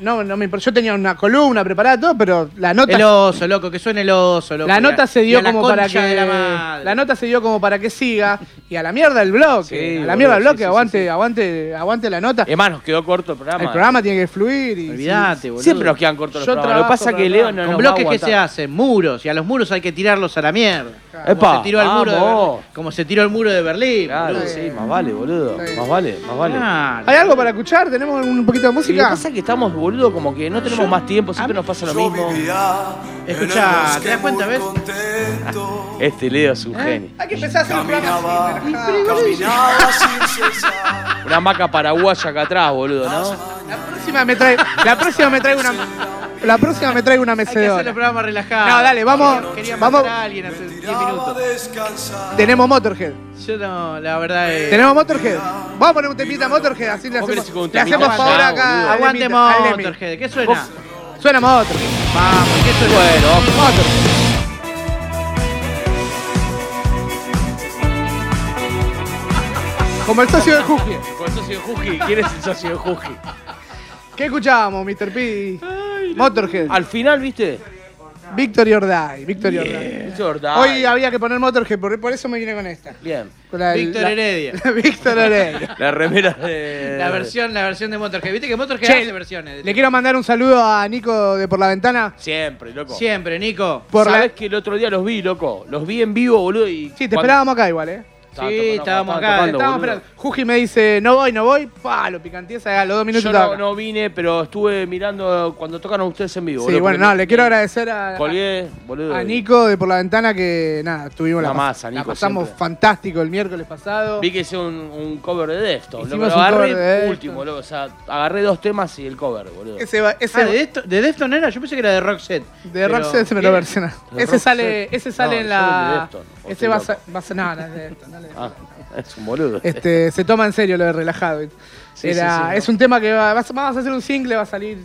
Speaker 2: no, no me importa. Yo tenía una columna preparada todo, pero la nota
Speaker 3: El oso, loco, que suene el oso, loco.
Speaker 2: la
Speaker 3: Y a-
Speaker 2: nota se
Speaker 3: y
Speaker 2: dio
Speaker 3: a la
Speaker 2: como para que
Speaker 3: concha de la, madre.
Speaker 2: la nota se dio como para que siga y a la mierda el bloque,
Speaker 1: Sí,
Speaker 2: a la
Speaker 1: boludo,
Speaker 2: mierda
Speaker 1: sí,
Speaker 2: el bloque,
Speaker 1: sí, sí,
Speaker 2: aguante,
Speaker 1: sí.
Speaker 2: aguante, aguante la nota.
Speaker 1: Es más, nos quedó corto el programa. eh.
Speaker 2: el programa tiene que fluir y
Speaker 3: Olvídate, boludo.
Speaker 1: Siempre nos quedan cortos los
Speaker 2: Yo
Speaker 1: programas. Lo que
Speaker 2: trabajo
Speaker 1: pasa es que
Speaker 2: con
Speaker 1: Leo
Speaker 2: los
Speaker 1: no
Speaker 3: Con
Speaker 1: nos va a
Speaker 3: bloques que
Speaker 1: aguantar.
Speaker 3: se hacen, muros, y a los muros hay que tirarlos a la mierda.
Speaker 1: Epa,
Speaker 3: como se tiró al muro de
Speaker 1: vamos.
Speaker 3: Berlín, como se tiró el muro de Berlín.
Speaker 1: Claro,
Speaker 3: boludo.
Speaker 1: sí, más vale, boludo.
Speaker 2: Sí.
Speaker 1: Más vale, más vale.
Speaker 3: Claro.
Speaker 2: ¿Hay algo para escuchar? ¿Tenemos un poquito de
Speaker 1: Y lo que
Speaker 2: música?
Speaker 1: pasa es que estamos, boludo, como que no tenemos más tiempo, siempre nos pasa lo mismo.
Speaker 3: Escuchá, ¿te das cuenta, ves?
Speaker 1: Este Leo es un genio.
Speaker 2: Hay que empezar a hacer un programa así, relajado.
Speaker 1: Una maca paraguaya acá atrás, boludo, ¿no?
Speaker 2: La próxima me trae, la próxima me trae una la próxima me trae una
Speaker 3: Hay que hacer los
Speaker 2: mecedora.
Speaker 3: programas relajados.
Speaker 2: No, dale, vamos,
Speaker 3: Quería matar
Speaker 2: vamos.
Speaker 3: a alguien hace 10 minutos.
Speaker 2: Tenemos Motorhead.
Speaker 3: Yo no, la verdad es.
Speaker 2: Tenemos Motorhead. Vamos a poner un temita a Motorhead, así le
Speaker 1: Vos querés con un
Speaker 2: hacemos, le
Speaker 1: temita
Speaker 2: hacemos
Speaker 1: ya,
Speaker 2: favor
Speaker 1: boludo.
Speaker 2: acá. al
Speaker 3: Aguante
Speaker 2: Lemmy, al Lemmy.
Speaker 3: Motorhead. ¿Qué suena?
Speaker 2: Suena Motorhead.
Speaker 3: Vamos, ¿qué suena?
Speaker 1: Bueno, vamos.
Speaker 2: Motorhead. Como el socio de Juji.
Speaker 1: Con el socio de Juji, ¿quién es el socio de Juji?
Speaker 2: ¿Qué escuchábamos, Mr. P? Motorhead.
Speaker 1: Al final, ¿viste?
Speaker 2: Victory or Die. Victory or Die.
Speaker 1: Es verdad.
Speaker 2: Hoy había que poner Motorhead, por, por eso me vine con esta.
Speaker 1: Bien.
Speaker 2: Con la-
Speaker 3: Víctor
Speaker 2: la-
Speaker 3: Heredia.
Speaker 2: la Víctor Heredia.
Speaker 1: La remera de.
Speaker 3: La versión, la versión de Motorhead. Viste que Motorhead
Speaker 2: Che,
Speaker 3: hace versiones.
Speaker 2: Le quiero mandar un saludo a Nico de Por la Ventana.
Speaker 1: Siempre, loco.
Speaker 3: Siempre, Nico.
Speaker 2: Por la-
Speaker 1: Sabés que el otro día los vi, loco. Los vi en vivo, boludo. Y
Speaker 2: Sí, te
Speaker 1: cuando-
Speaker 2: esperábamos acá igual, ¿eh?
Speaker 1: Estaban
Speaker 3: Sí,
Speaker 1: tocando,
Speaker 3: estábamos
Speaker 1: estaban
Speaker 3: acá,
Speaker 1: tocando,
Speaker 2: Estábamos
Speaker 1: boludo.
Speaker 2: esperando. Juji me dice, no voy, no voy. Pa, lo picantiza, a los dos minutos
Speaker 1: Yo
Speaker 2: estaba
Speaker 1: no,
Speaker 2: acá.
Speaker 1: no vine, pero estuve mirando cuando tocaron ustedes en vivo.
Speaker 2: Sí,
Speaker 1: boludo,
Speaker 2: bueno,
Speaker 1: porque
Speaker 2: no,
Speaker 1: me-
Speaker 2: le quiero agradecer a,
Speaker 1: Colgué, boludo.
Speaker 2: a Nico de Por la Ventana que, nada, tuvimos la,
Speaker 1: Una
Speaker 2: pas-
Speaker 1: masa,
Speaker 2: la
Speaker 1: Nico,
Speaker 2: pasamos
Speaker 1: siempre.
Speaker 2: fantástico el miércoles pasado.
Speaker 1: Vi que hice un, un cover de Deftones. Lo
Speaker 2: Hicimos un
Speaker 1: agarré
Speaker 2: cover de Deftones.
Speaker 1: último, loco. O sea, agarré dos temas y el cover, boludo.
Speaker 2: Ese, va- ese
Speaker 3: Ah, ¿de, esto, ¿De Defton era? Yo pensé que era de Roxette.
Speaker 2: de
Speaker 3: Pero-
Speaker 2: Roxette se me lo
Speaker 3: ¿Qué?
Speaker 2: versiona.
Speaker 1: De
Speaker 2: Ese sale,
Speaker 1: Roxette.
Speaker 2: ese sale
Speaker 1: No,
Speaker 2: en
Speaker 1: yo el de
Speaker 2: la.
Speaker 1: Defton, o
Speaker 2: Ese
Speaker 1: estoy
Speaker 2: va a
Speaker 1: loco.
Speaker 2: sa- va a ser. No, no, es de Defton, no le-
Speaker 1: Ah, es un boludo.
Speaker 2: Este, se toma en serio lo de relajado.
Speaker 1: Sí,
Speaker 2: Era-
Speaker 1: sí, sí,
Speaker 2: es un tema que va, vas- vamos a hacer un single, va a salir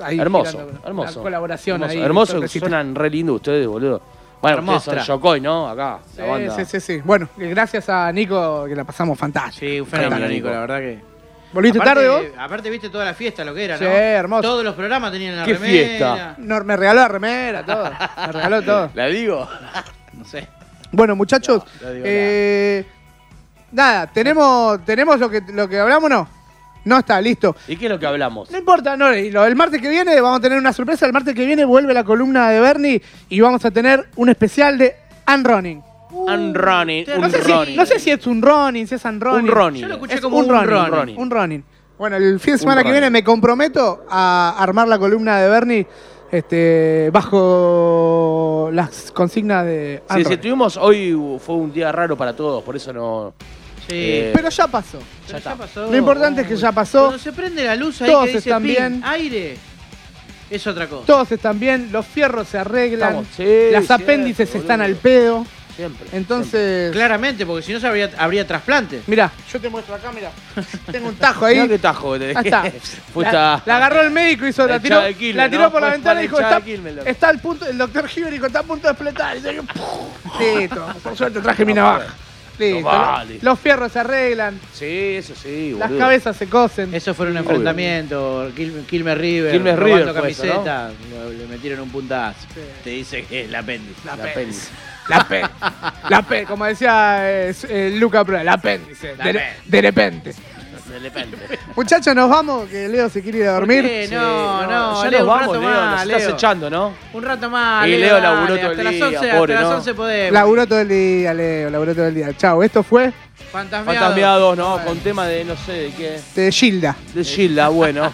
Speaker 2: ahí
Speaker 1: hermoso,
Speaker 2: girando,
Speaker 1: hermoso.
Speaker 2: Una colaboración
Speaker 1: hermoso,
Speaker 2: ahí.
Speaker 1: Hermoso,
Speaker 2: sorpresita.
Speaker 1: suenan re lindo ustedes, boludo. Bueno, ustedes son
Speaker 3: Hermostra.
Speaker 1: Yokoi, ¿no? Acá, la banda.
Speaker 2: Sí, sí, sí, sí. Bueno, que gracias a Nico que la pasamos fantástico.
Speaker 3: Sí, un fenómeno,
Speaker 1: Fantástico.
Speaker 3: Nico, la verdad que.
Speaker 2: ¿Volviste tarde vos?
Speaker 3: Aparte, viste toda la fiesta, lo que era,
Speaker 2: Sí,
Speaker 3: ¿no?
Speaker 2: hermoso.
Speaker 3: Todos los programas tenían la
Speaker 1: ¿Qué
Speaker 3: remera.
Speaker 1: fiesta?
Speaker 2: No, me regaló la remera, todo. Me regaló todo.
Speaker 1: ¿La digo?
Speaker 3: No sé.
Speaker 2: Bueno, muchachos,
Speaker 1: No, no digo
Speaker 2: eh, nada, tenemos, tenemos lo que lo que hablamos o no. No está, listo.
Speaker 1: ¿Y qué es lo que hablamos?
Speaker 2: No importa, no, y lo- el martes que viene vamos a tener una sorpresa. El martes que viene vuelve la columna de Bernie y vamos a tener un especial de Ann Running.
Speaker 1: un running, un
Speaker 2: No sé, si,
Speaker 1: running.
Speaker 2: no sé si es un running, si es un running.
Speaker 1: Un running.
Speaker 3: Yo lo escuché
Speaker 2: Es
Speaker 3: como
Speaker 2: un,
Speaker 3: un,
Speaker 2: running,
Speaker 3: running.
Speaker 1: running.
Speaker 2: Un running. Bueno, el fin de semana que
Speaker 1: running.
Speaker 2: viene me comprometo a armar la columna de Bernie este, bajo las consignas de Ann
Speaker 1: Sí, sí,
Speaker 2: Running.
Speaker 1: tuvimos hoy fue un día raro para todos, por eso no.
Speaker 3: Sí.
Speaker 1: Eh,
Speaker 2: Pero ya pasó.
Speaker 3: Pero ya
Speaker 1: está.
Speaker 3: pasó.
Speaker 2: Lo importante es que ya pasó.
Speaker 3: Cuando se prende la luz ahí
Speaker 2: Todos
Speaker 3: que dice
Speaker 2: están
Speaker 3: pin,
Speaker 2: bien.
Speaker 3: aire, es otra cosa.
Speaker 2: Todos están bien, los fierros se arreglan,
Speaker 1: Estamos- sí,
Speaker 2: las
Speaker 1: cierto,
Speaker 2: apéndices
Speaker 1: boludo.
Speaker 2: están al pedo.
Speaker 1: Siempre.
Speaker 2: Entonces,
Speaker 3: Claramente, porque si no se habría, habría trasplante.
Speaker 2: mira, yo te muestro acá, mira. Tengo un tajo ahí.
Speaker 1: Mirá qué tajo que te
Speaker 2: Ahí está.
Speaker 1: Puta.
Speaker 2: La, la agarró el médico, hizo,
Speaker 1: La
Speaker 2: la,
Speaker 1: hinchada
Speaker 2: tiró,
Speaker 1: de Quilmes,
Speaker 2: la tiró
Speaker 1: ¿no?
Speaker 2: por la
Speaker 1: Fue
Speaker 2: ventana
Speaker 1: la
Speaker 2: y dijo,
Speaker 1: hinchada
Speaker 2: está,
Speaker 1: de Quilmes, loco.
Speaker 2: está al punto, el doctor Giver dijo, está a punto de explotar. Y yo, listo, por suerte traje mi navaja. Listo,
Speaker 1: No vale.
Speaker 2: Los fierros se arreglan,
Speaker 1: Sí, eso sí,
Speaker 2: las
Speaker 1: boludo.
Speaker 2: cabezas se cosen.
Speaker 3: Eso fue un
Speaker 1: Mm. Obvio.
Speaker 3: enfrentamiento, Quil- Quilmes River,
Speaker 1: Quilmes
Speaker 3: robando
Speaker 1: River fue eso,
Speaker 3: camiseta, lo- le metieron un puntazo. Te dice que es la apéndice.
Speaker 1: La apéndice.
Speaker 2: La P. La P, como decía eh, eh, Luca Proda, la P, dice.
Speaker 3: La
Speaker 2: de,
Speaker 3: P.
Speaker 2: de repente.
Speaker 1: De repente.
Speaker 2: Muchachos, nos vamos, que Leo se quiere ir a
Speaker 3: ¿Por
Speaker 2: dormir.
Speaker 3: qué? No, no,
Speaker 1: ya nos
Speaker 3: Leo, un
Speaker 1: vamos,
Speaker 3: rato
Speaker 1: Leo.
Speaker 3: más,
Speaker 1: Nos estás
Speaker 3: Leo.
Speaker 1: echando, ¿no?
Speaker 3: Un rato más.
Speaker 1: Y Leo laburó
Speaker 3: dale,
Speaker 1: todo el
Speaker 3: hasta las
Speaker 1: día,
Speaker 3: 11,
Speaker 1: pobre,
Speaker 3: hasta
Speaker 1: ¿no?
Speaker 3: las 11 podemos.
Speaker 2: Laburó todo el día, Leo, laburó todo el día. Chao, esto fue
Speaker 3: Fantasmeado.
Speaker 1: Fantasmeados, ¿no? Con tema de no sé de qué.
Speaker 2: de Gilda.
Speaker 1: De Gilda, bueno.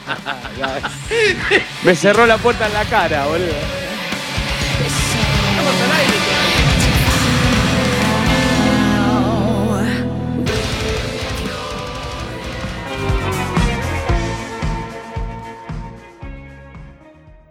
Speaker 1: Me cerró la puerta en la cara, boludo.